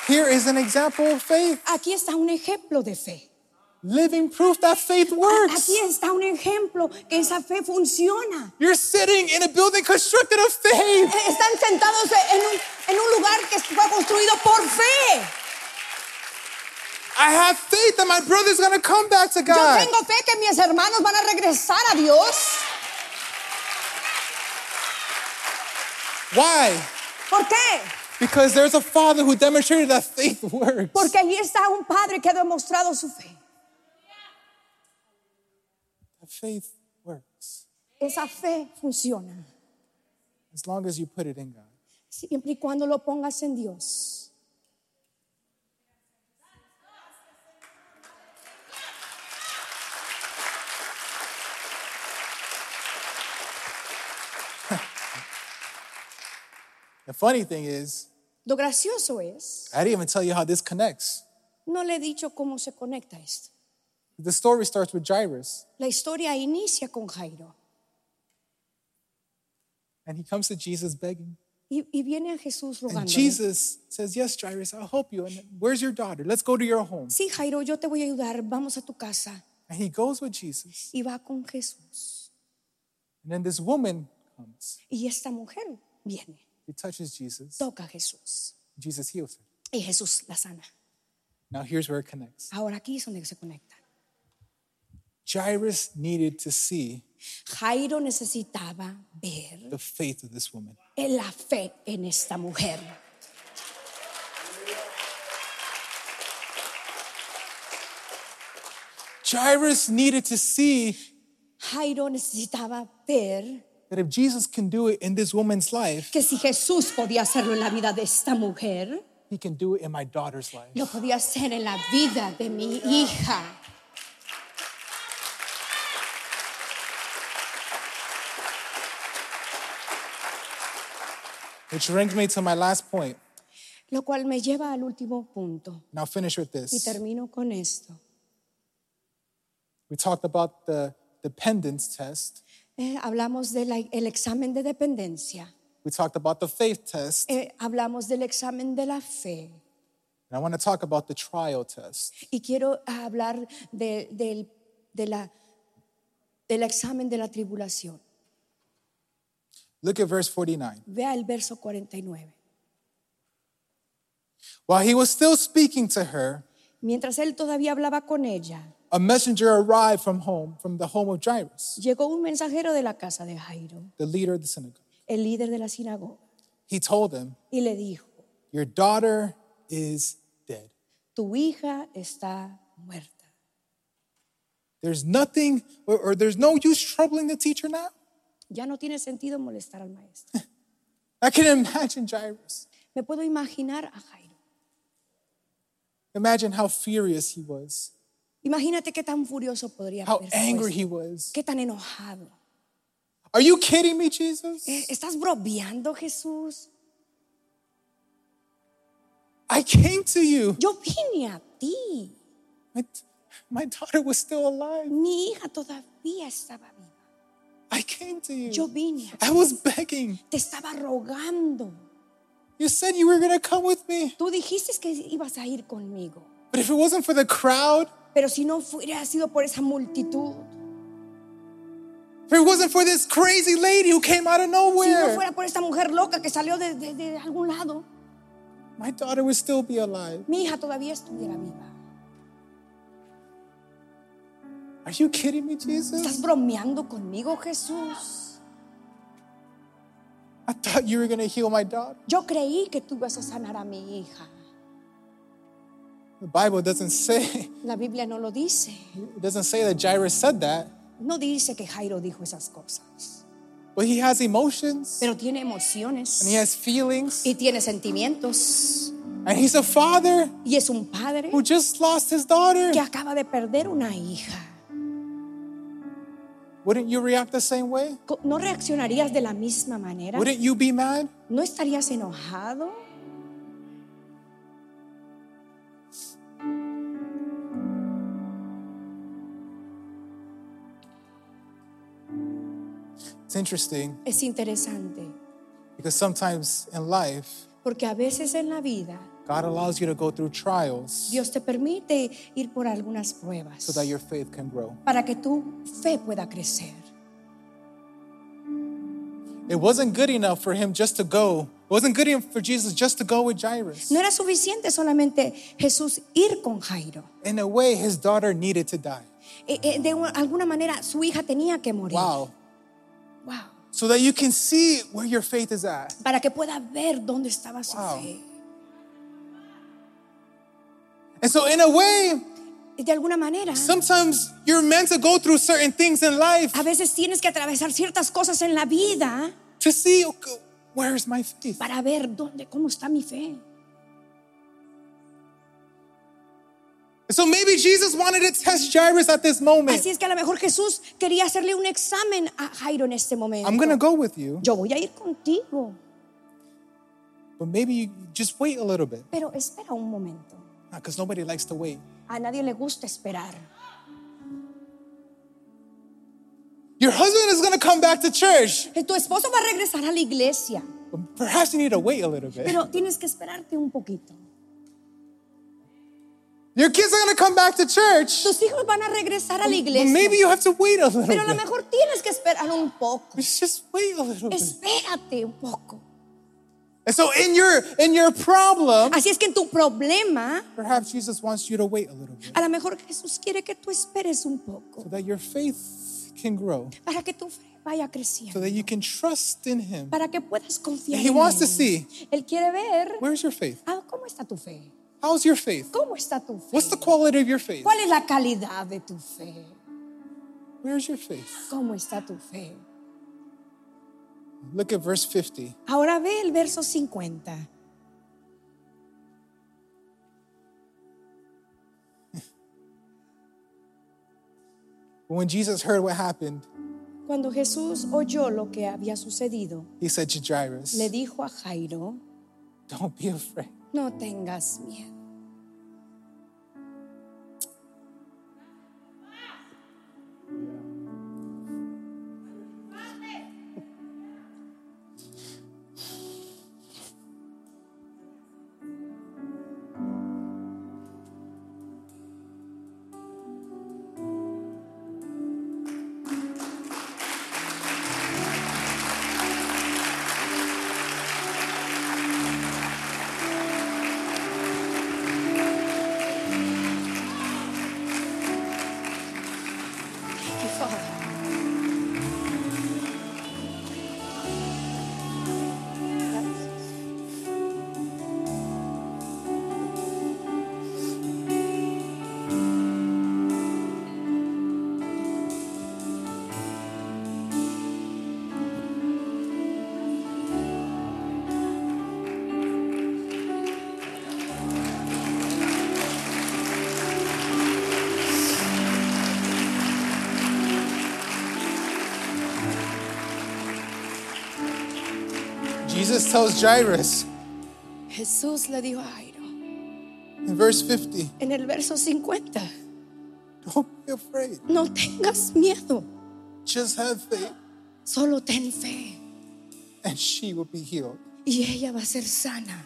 Speaker 1: Here is an example of faith,
Speaker 2: Aquí está un ejemplo de fe.
Speaker 1: living proof that faith works.
Speaker 2: Aquí está un ejemplo que esa fe funciona.
Speaker 1: You're sitting in a building constructed of faith.
Speaker 2: Eh, Están sentados en un, en un lugar que fue construido por fe.
Speaker 1: I have faith that my brother's gonna come back to
Speaker 2: Yo
Speaker 1: God.
Speaker 2: tengo fe que mis hermanos van a regresar a Dios.
Speaker 1: Why?
Speaker 2: ¿Por qué?
Speaker 1: Because there's a father who demonstrated that faith works.
Speaker 2: Porque allí está un padre que ha demostrado su fe.
Speaker 1: That faith works
Speaker 2: Esa fe funciona
Speaker 1: as long as you put it in God.
Speaker 2: siempre y cuando lo pongas en Dios.
Speaker 1: The funny thing is,
Speaker 2: Lo gracioso es,
Speaker 1: I didn't even tell you how this connects.
Speaker 2: no le he dicho cómo se conecta esto.
Speaker 1: The story starts with Jairus,
Speaker 2: La historia inicia con Jairo
Speaker 1: and he comes to Jesus begging.
Speaker 2: y, y viene a Jesús
Speaker 1: And
Speaker 2: rogando.
Speaker 1: Jesus says, Yes, Jairus, I'll help you. And where's your daughter? Let's go to your home.
Speaker 2: Sí, Jairo, yo te voy a ayudar. Vamos a tu casa.
Speaker 1: And he goes with Jesus.
Speaker 2: Y va con Jesús.
Speaker 1: And then this woman comes.
Speaker 2: Y esta mujer viene,
Speaker 1: She touches Jesus.
Speaker 2: toca a Jesús.
Speaker 1: Jesus heals her.
Speaker 2: Y Jesús la sana.
Speaker 1: Now here's where it connects.
Speaker 2: Ahora aquí es donde se conecta.
Speaker 1: Jairus needed to see
Speaker 2: Jairo necesitaba ver
Speaker 1: the faith of this woman.
Speaker 2: la fe en esta mujer.
Speaker 1: Jairus needed to see
Speaker 2: Jairo necesitaba ver
Speaker 1: that if Jesus can do it in this woman's life,
Speaker 2: que si Jesús podía hacerlo en la vida de esta mujer,
Speaker 1: he can do it in my daughter's life.
Speaker 2: lo podía hacer en la vida de mi hija.
Speaker 1: Which brings me to my last point.
Speaker 2: Lo cual me lleva al último punto.
Speaker 1: And I'll finish with
Speaker 2: Y
Speaker 1: this.
Speaker 2: termino con esto.
Speaker 1: We talked about the dependence test,
Speaker 2: Eh, hablamos del examen de dependencia.
Speaker 1: we talked about the faith test,
Speaker 2: Eh, hablamos del examen de la fe.
Speaker 1: and I want to talk about the trial test.
Speaker 2: Y quiero hablar de- del, de la- del examen de la tribulación.
Speaker 1: Look at verse 49.
Speaker 2: Vea el verso 49.
Speaker 1: While he was still speaking to her,
Speaker 2: Mientras él todavía hablaba con ella,
Speaker 1: a messenger arrived from home, from the home of Jairus,
Speaker 2: llegó un mensajero de la casa de Jairo,
Speaker 1: the leader of the synagogue.
Speaker 2: el líder de la sinagoga,
Speaker 1: He told him,
Speaker 2: y le dijo,
Speaker 1: Your daughter is dead.
Speaker 2: tu hija está muerta.
Speaker 1: There's nothing, or, or there's no use troubling the teacher now.
Speaker 2: Ya no tiene sentido molestar al maestro.
Speaker 1: I can imagine Jairus.
Speaker 2: Me puedo imaginar a Jairo.
Speaker 1: Imagine how furious he was,
Speaker 2: Imagínate qué tan furioso podría
Speaker 1: how
Speaker 2: haberse
Speaker 1: angry
Speaker 2: puesto.
Speaker 1: he was.
Speaker 2: Qué tan enojado.
Speaker 1: Are you kidding me, Jesus?
Speaker 2: Eh, ¿Estás bromeando, Jesús?
Speaker 1: I came to you.
Speaker 2: Yo vine a ti.
Speaker 1: My, my daughter was still alive.
Speaker 2: Mi hija todavía estaba viva.
Speaker 1: I came to
Speaker 2: Yo
Speaker 1: you.
Speaker 2: vine,
Speaker 1: I was begging.
Speaker 2: te estaba rogando.
Speaker 1: You said you were going to come with me.
Speaker 2: Tú dijiste que ibas a ir conmigo.
Speaker 1: But if it wasn't for the crowd,
Speaker 2: Pero si no hubiera sido por esa multitud,
Speaker 1: if it wasn't for this crazy lady who came out of
Speaker 2: si no
Speaker 1: nowhere,
Speaker 2: fuera por esta mujer loca que salió de, de- de algún lado,
Speaker 1: my daughter would still be alive.
Speaker 2: mi hija todavía estuviera viva.
Speaker 1: Are you kidding me, Jesus?
Speaker 2: ¿Estás bromeando conmigo, Jesús?
Speaker 1: I thought you were going to heal my daughter.
Speaker 2: Yo creí que tú ibas a sanar a mi hija.
Speaker 1: The Bible doesn't say
Speaker 2: La Biblia no lo dice.
Speaker 1: it doesn't say that Jairus said that,
Speaker 2: No dice que Jairo dijo esas cosas.
Speaker 1: but he has emotions
Speaker 2: Pero tiene
Speaker 1: and he
Speaker 2: emociones
Speaker 1: has feelings
Speaker 2: y tiene sentimientos.
Speaker 1: and he's a father
Speaker 2: Y es un padre
Speaker 1: who just lost his daughter.
Speaker 2: que acaba de perder una hija.
Speaker 1: Wouldn't you react the same way?
Speaker 2: Co- ¿No reaccionarías de la misma manera?
Speaker 1: Wouldn't you be mad?
Speaker 2: ¿No estarías enojado?
Speaker 1: It's interesting
Speaker 2: Es interesante,
Speaker 1: because sometimes in life,
Speaker 2: porque a veces en la vida
Speaker 1: God allows you to go through trials
Speaker 2: Dios te permite ir por algunas pruebas
Speaker 1: so that your faith can grow.
Speaker 2: para que tu fe pueda crecer.
Speaker 1: It wasn't good enough for him just to go. It wasn't good enough for Jesus just to go with Jairus.
Speaker 2: No era suficiente solamente Jesús ir con Jairo.
Speaker 1: In a way, his daughter needed to die.
Speaker 2: Eh, eh, de una- alguna manera su hija tenía que morir.
Speaker 1: Wow.
Speaker 2: Wow.
Speaker 1: So that you can see where your faith is at.
Speaker 2: Para que pueda ver dónde estaba su
Speaker 1: Wow.
Speaker 2: fe.
Speaker 1: And so, in a way,
Speaker 2: De alguna manera,
Speaker 1: sometimes you're meant to go through certain things in life
Speaker 2: a veces tienes que atravesar ciertas cosas en la vida
Speaker 1: to see okay, where's my faith?
Speaker 2: para ver dónde, cómo está mi fe.
Speaker 1: And so maybe Jesus wanted to test Jairus at this moment.
Speaker 2: Así es que a lo mejor Jesús quería hacerle un examen a Jairo en este momento.
Speaker 1: I'm going to go with you,
Speaker 2: Yo voy a ir contigo,
Speaker 1: but maybe you just wait a little bit
Speaker 2: pero espera un momento.
Speaker 1: because nobody likes to wait.
Speaker 2: A nadie le gusta esperar.
Speaker 1: Your husband is going to come back to church,
Speaker 2: Tu esposo va a regresar a la iglesia,
Speaker 1: but perhaps you need to wait a little bit.
Speaker 2: pero tienes que esperarte un poquito.
Speaker 1: Your kids are going to come back to church,
Speaker 2: Tus hijos van a regresar a la
Speaker 1: but maybe
Speaker 2: iglesia,
Speaker 1: you have to wait a little
Speaker 2: pero a lo
Speaker 1: bit.
Speaker 2: mejor tienes que esperar un poco.
Speaker 1: Just wait a little bit.
Speaker 2: Espérate un poco.
Speaker 1: And so in your in your problem,
Speaker 2: Así es que en tu problema,
Speaker 1: perhaps Jesus wants you to wait a little bit
Speaker 2: a lo mejor Jesús quiere que tú esperes un poco
Speaker 1: so that your faith can grow,
Speaker 2: para que tu fe vaya
Speaker 1: so
Speaker 2: creciendo,
Speaker 1: that you can trust in him.
Speaker 2: para que puedas confiar.
Speaker 1: He
Speaker 2: en
Speaker 1: wants to
Speaker 2: él.
Speaker 1: see.
Speaker 2: Él quiere ver
Speaker 1: Where's your faith?
Speaker 2: Ah, ¿Cómo está tu fe?
Speaker 1: How's your faith?
Speaker 2: ¿Cómo está tu fe?
Speaker 1: What's the quality of your faith?
Speaker 2: ¿Cuál es la calidad de tu fe?
Speaker 1: Where's your faith?
Speaker 2: ¿Cómo está tu fe?
Speaker 1: Look at verse 50.
Speaker 2: Ahora ve el verso 50.
Speaker 1: When Jesus heard what happened,
Speaker 2: Cuando Jesús oyó lo que había sucedido,
Speaker 1: he said to Jairus,
Speaker 2: le dijo a Jairo,
Speaker 1: Don't be afraid.
Speaker 2: no tengas miedo. Thank you, Father.
Speaker 1: Jesus tells Jairus
Speaker 2: Jesús le dijo a Jairo,
Speaker 1: in verse 50,
Speaker 2: en el verso 50,
Speaker 1: Don't be afraid.
Speaker 2: no tengas miedo,
Speaker 1: Just have faith.
Speaker 2: Solo ten fe
Speaker 1: and she will be healed.
Speaker 2: y ella va a ser sana.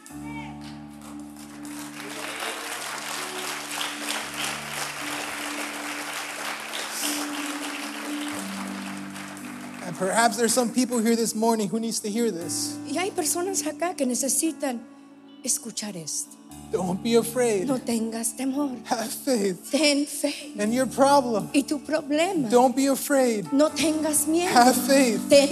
Speaker 1: And perhaps there's some people here this morning who needs to hear this.
Speaker 2: Y hay personas acá que necesitan escuchar esto.
Speaker 1: Don't be afraid.
Speaker 2: No tengas temor.
Speaker 1: Have faith
Speaker 2: Ten fe.
Speaker 1: in your problem.
Speaker 2: Y tu problema.
Speaker 1: Don't be afraid.
Speaker 2: No tengas miedo.
Speaker 1: Have faith.
Speaker 2: Ten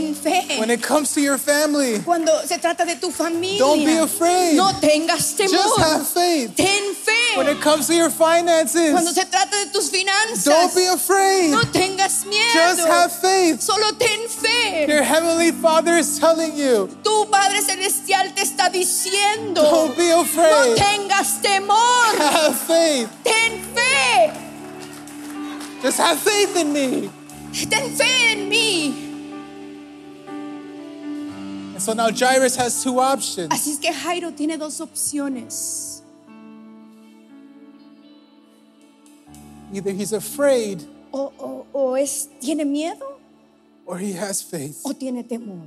Speaker 1: When
Speaker 2: fe.
Speaker 1: it comes to your family,
Speaker 2: Cuando se trata de tu familia.
Speaker 1: Don't be afraid.
Speaker 2: No tengas
Speaker 1: just have
Speaker 2: temor.
Speaker 1: faith.
Speaker 2: Ten
Speaker 1: When
Speaker 2: fe.
Speaker 1: it comes to your
Speaker 2: Cuando
Speaker 1: finances,
Speaker 2: se trata de tus finanzas.
Speaker 1: don't be afraid.
Speaker 2: No tengas miedo.
Speaker 1: Just have faith.
Speaker 2: Solo ten fe.
Speaker 1: Your heavenly Father is telling you,
Speaker 2: Tu Padre Celestial te está diciendo.
Speaker 1: don't be
Speaker 2: No
Speaker 1: afraid.
Speaker 2: tengas temor.
Speaker 1: Have faith.
Speaker 2: Ten fe.
Speaker 1: Just have faith in me.
Speaker 2: Ten fe en mí.
Speaker 1: And so now Jairus has two options.
Speaker 2: Así es que Jairo tiene dos opciones.
Speaker 1: Either he's afraid
Speaker 2: O, o- o es, tiene miedo
Speaker 1: or he has faith.
Speaker 2: o tiene temor.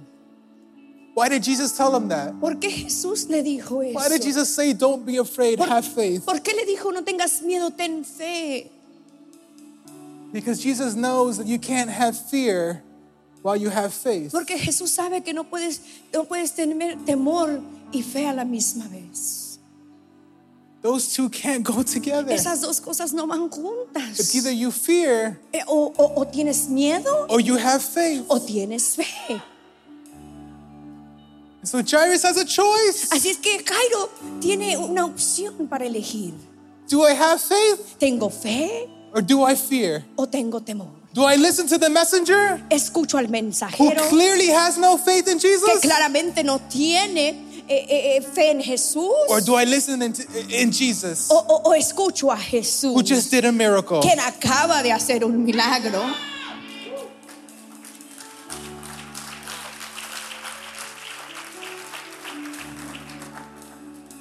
Speaker 1: Why did Jesus tell him that?
Speaker 2: ¿Por qué Jesús le dijo eso?
Speaker 1: Why did Jesus say, don't be afraid,
Speaker 2: ¿Por,
Speaker 1: have faith?
Speaker 2: por qué le dijo no tengas miedo, ten fe?
Speaker 1: Because Jesus knows that you can't have fear while you have faith.
Speaker 2: Porque Jesús sabe que no puedes, no puedes tener temor y fe a la misma vez.
Speaker 1: Those two can't go together.
Speaker 2: Esas dos cosas no van
Speaker 1: It's
Speaker 2: juntas.
Speaker 1: either you fear
Speaker 2: Eh, O, o- o tienes miedo
Speaker 1: or you have faith.
Speaker 2: o tienes fe.
Speaker 1: So Jairus has a choice.
Speaker 2: Así es que Jairo tiene una opción para elegir.
Speaker 1: Do I have faith
Speaker 2: ¿Tengo fe
Speaker 1: or do I fear?
Speaker 2: o tengo temor?
Speaker 1: Do I listen to the messenger
Speaker 2: Escucho al
Speaker 1: who
Speaker 2: mensajero
Speaker 1: clearly has no faith in
Speaker 2: que
Speaker 1: Jesus?
Speaker 2: claramente no tiene eh, eh, eh, fe en Jesús.
Speaker 1: Or do I listen in, in Jesus
Speaker 2: O, o- o escucho a Jesús,
Speaker 1: who just did a miracle?
Speaker 2: quien acaba de hacer un milagro.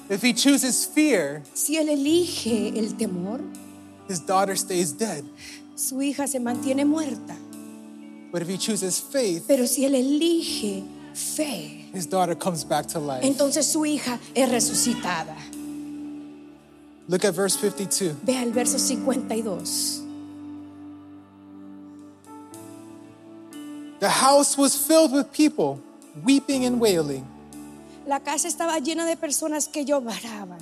Speaker 1: If he chooses fear,
Speaker 2: Si él elige el temor,
Speaker 1: his daughter stays dead.
Speaker 2: su hija se mantiene muerta.
Speaker 1: But if he chooses faith,
Speaker 2: Pero si él elige fe,
Speaker 1: his daughter comes back to life.
Speaker 2: entonces su hija es resucitada.
Speaker 1: Look at verse 52.
Speaker 2: Vea el verso 52.
Speaker 1: The house was filled with people weeping and wailing.
Speaker 2: La casa estaba llena de personas que lloraban.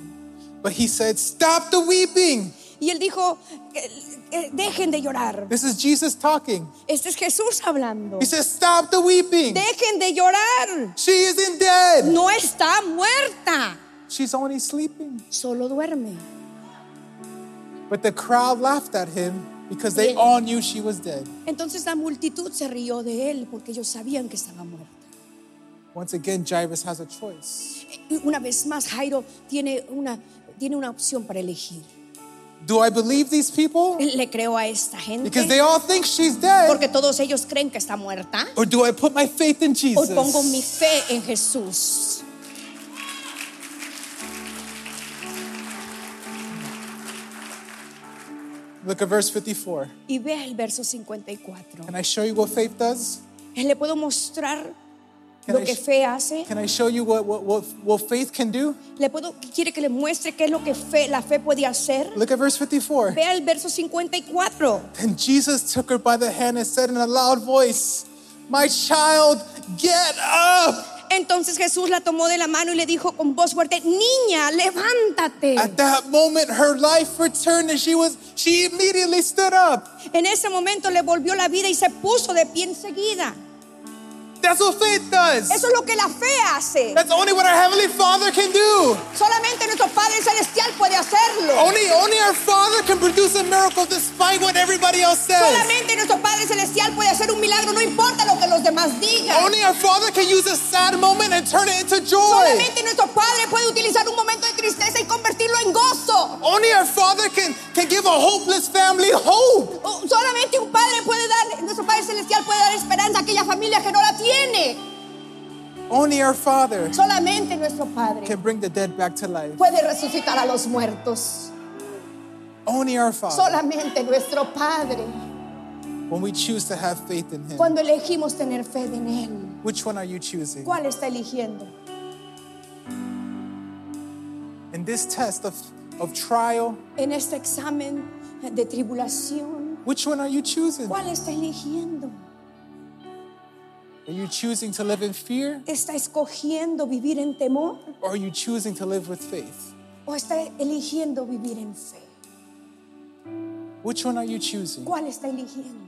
Speaker 1: But he said, Stop the weeping.
Speaker 2: Y él dijo, "Eh, eh, dejen de llorar.
Speaker 1: This is Jesus talking.
Speaker 2: Este es Jesús hablando.
Speaker 1: He says, Stop the weeping.
Speaker 2: Dejen de llorar.
Speaker 1: She isn't dead.
Speaker 2: No está muerta.
Speaker 1: She's only sleeping.
Speaker 2: Solo duerme.
Speaker 1: But the crowd laughed at him because they all knew she was dead.
Speaker 2: Entonces la multitud se rió de él porque ellos sabían que estaba muerta.
Speaker 1: Once again, Jairus has a choice.
Speaker 2: Y una vez más, Jairo tiene una, tiene una opción para elegir.
Speaker 1: Do I believe these people?
Speaker 2: Él Le creo a esta
Speaker 1: Because they
Speaker 2: gente
Speaker 1: all think she's dead.
Speaker 2: porque todos ellos creen que está muerta.
Speaker 1: Or do I put my faith in
Speaker 2: Hoy pongo mi
Speaker 1: Oh, Jesus?
Speaker 2: fe en Jesús.
Speaker 1: Look at verse 54.
Speaker 2: Y vea el verso 54.
Speaker 1: Can I show you what faith does?
Speaker 2: Le puedo mostrar
Speaker 1: Can
Speaker 2: lo
Speaker 1: I
Speaker 2: que
Speaker 1: sh-
Speaker 2: fe hace.
Speaker 1: Can I show you what, what, what, what faith can do?
Speaker 2: Le puedo, quiere que le muestre qué es lo que fe, la fe puede hacer.
Speaker 1: Look at verse 54.
Speaker 2: Vea el verso 54.
Speaker 1: Then Jesus took her by the hand and said in a loud voice, My child, get up!
Speaker 2: Entonces Jesús la tomó de la mano y le dijo con voz fuerte, niña, levántate.
Speaker 1: At that moment, her life returned and she was, she immediately stood up.
Speaker 2: En ese momento le volvió la vida y se puso de pie enseguida.
Speaker 1: That's what faith does.
Speaker 2: Eso es lo que la fe hace.
Speaker 1: That's only what our Heavenly Father can do.
Speaker 2: Solamente nuestro Padre Celestial puede hacerlo.
Speaker 1: Only, only our Father can produce a miracle despite what everybody else says.
Speaker 2: Solamente nuestro Padre Celestial puede hacer un milagro, no importa lo que los demás digan.
Speaker 1: Only our Father can use a sad moment and turn it into joy.
Speaker 2: Solamente nuestro Padre puede utilizar un momento de tristeza y convertirlo en gozo.
Speaker 1: Only our Father can, can give a hopeless family hope.
Speaker 2: O- Solamente un Padre puede dar, nuestro Padre Celestial puede dar esperanza a aquella familia que no la tiene.
Speaker 1: Only our Father
Speaker 2: Solamente nuestro Padre
Speaker 1: can bring the dead back to life.
Speaker 2: puede resucitar a los muertos.
Speaker 1: Only our Father.
Speaker 2: Solamente nuestro Padre.
Speaker 1: when we choose to have faith in Him,
Speaker 2: Cuando elegimos tener fe en Él,
Speaker 1: which one are you choosing?
Speaker 2: ¿cuál está eligiendo?
Speaker 1: In this test of, of trial,
Speaker 2: En este examen de tribulación,
Speaker 1: which one are you choosing?
Speaker 2: ¿cuál está eligiendo?
Speaker 1: Are you choosing to live in fear
Speaker 2: ¿Está escogiendo vivir en temor
Speaker 1: or are you choosing to live with faith?
Speaker 2: o está eligiendo vivir en fe?
Speaker 1: Which one are you choosing?
Speaker 2: ¿Cuál está eligiendo?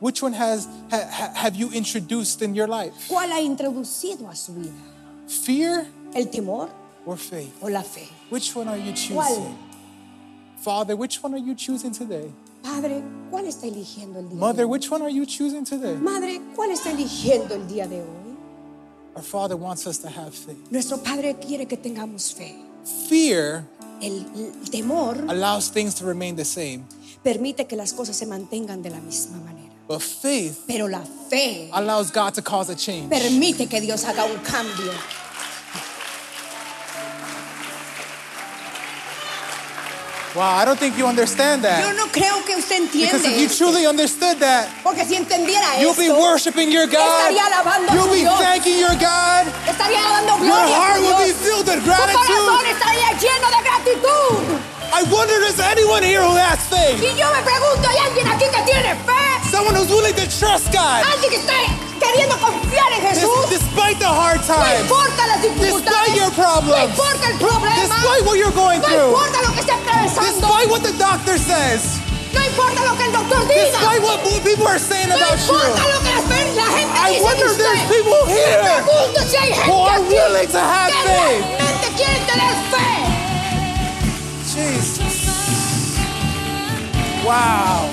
Speaker 1: Which one has ha, ha- have you introduced in your life?
Speaker 2: ¿Cuál ha introducido a su vida?
Speaker 1: Fear
Speaker 2: ¿El temor
Speaker 1: or faith?
Speaker 2: o la fe?
Speaker 1: Which one are you choosing?
Speaker 2: ¿Cuál?
Speaker 1: Father, which one are you choosing today?
Speaker 2: Padre, ¿cuál está eligiendo el día de
Speaker 1: Mother,
Speaker 2: hoy?
Speaker 1: which one are you choosing today?
Speaker 2: Madre, ¿cuál está eligiendo el día de hoy?
Speaker 1: Our Father wants us to have faith.
Speaker 2: Nuestro Padre quiere que tengamos fe.
Speaker 1: Fear
Speaker 2: El, el temor
Speaker 1: allows things to remain the same,
Speaker 2: permite que las cosas se mantengan de la misma manera,
Speaker 1: but faith
Speaker 2: pero la fe
Speaker 1: allows God to cause a change.
Speaker 2: permite que Dios haga un cambio.
Speaker 1: Wow, I don't think you understand
Speaker 2: Yo
Speaker 1: that.
Speaker 2: no creo que usted
Speaker 1: Because if you
Speaker 2: entiende,
Speaker 1: truly understood that,
Speaker 2: porque si entendiera
Speaker 1: you'll be
Speaker 2: esto,
Speaker 1: worshiping your God.
Speaker 2: Estaría alabando a
Speaker 1: You'll
Speaker 2: tu
Speaker 1: be
Speaker 2: Dios.
Speaker 1: thanking your God.
Speaker 2: estaría dando
Speaker 1: Your
Speaker 2: gloria a
Speaker 1: heart
Speaker 2: tu
Speaker 1: will be
Speaker 2: Dios.
Speaker 1: filled with
Speaker 2: Tu corazón
Speaker 1: gratitude.
Speaker 2: estaría lleno de gratitud.
Speaker 1: I wonder is anyone here who has faith?
Speaker 2: Y yo me pregunto, ¿hay alguien aquí que tiene fe?
Speaker 1: Someone who's willing to trust God
Speaker 2: ¿Alguien que está queriendo confiar en
Speaker 1: des-
Speaker 2: Jesús?
Speaker 1: despite the hard
Speaker 2: No
Speaker 1: times,
Speaker 2: importa las
Speaker 1: despite
Speaker 2: dificultades,
Speaker 1: your
Speaker 2: no
Speaker 1: problems,
Speaker 2: importa el problema,
Speaker 1: despite what you're going
Speaker 2: no
Speaker 1: through,
Speaker 2: importa lo que esté atravesando,
Speaker 1: despite what the doctor says,
Speaker 2: no importa lo que el doctor diga,
Speaker 1: despite what people are saying
Speaker 2: no
Speaker 1: about
Speaker 2: importa
Speaker 1: you.
Speaker 2: lo que las per- la gente
Speaker 1: I
Speaker 2: dice de
Speaker 1: wonder if
Speaker 2: usted.
Speaker 1: there's people
Speaker 2: Me
Speaker 1: here
Speaker 2: pregunto si hay gente
Speaker 1: who are
Speaker 2: aquí
Speaker 1: willing to have
Speaker 2: que
Speaker 1: faith.
Speaker 2: realmente quieren tener fe.
Speaker 1: Jesus. Wow.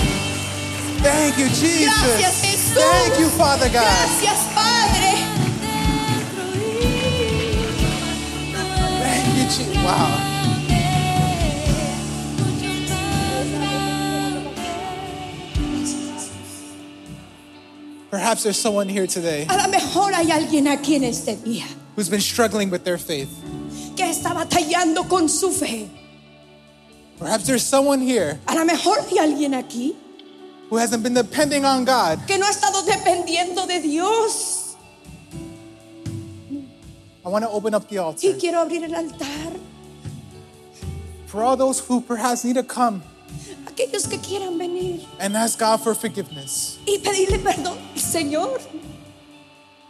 Speaker 1: Thank you,
Speaker 2: Gracias,
Speaker 1: Jesus.
Speaker 2: Jesús.
Speaker 1: Thank you, Father God.
Speaker 2: Gracias, Padre.
Speaker 1: Thank you, Jesus. Wow. Perhaps there's someone here today
Speaker 2: A lo mejor hay alguien aquí en este día
Speaker 1: who's been struggling with their faith.
Speaker 2: que está batallando con su fe.
Speaker 1: Perhaps there's someone here
Speaker 2: A lo mejor hay alguien aquí
Speaker 1: who hasn't been depending on God.
Speaker 2: que no ha estado dependiendo de Dios.
Speaker 1: I want to open up the
Speaker 2: Y
Speaker 1: altar
Speaker 2: quiero abrir el altar.
Speaker 1: for all those who perhaps need to come
Speaker 2: Aquellos que quieran venir
Speaker 1: and ask God for forgiveness,
Speaker 2: y pedirle perdón al Señor,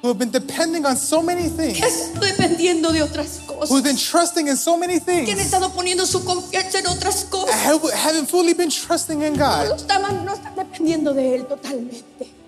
Speaker 1: who have been depending on so many
Speaker 2: que
Speaker 1: things,
Speaker 2: están dependiendo de otras
Speaker 1: who've
Speaker 2: cosas,
Speaker 1: been trusting in so many
Speaker 2: que han
Speaker 1: things,
Speaker 2: estado poniendo su confianza en otras cosas.
Speaker 1: have- haven't fully been trusting in God.
Speaker 2: No están, no están dependiendo de Él totalmente.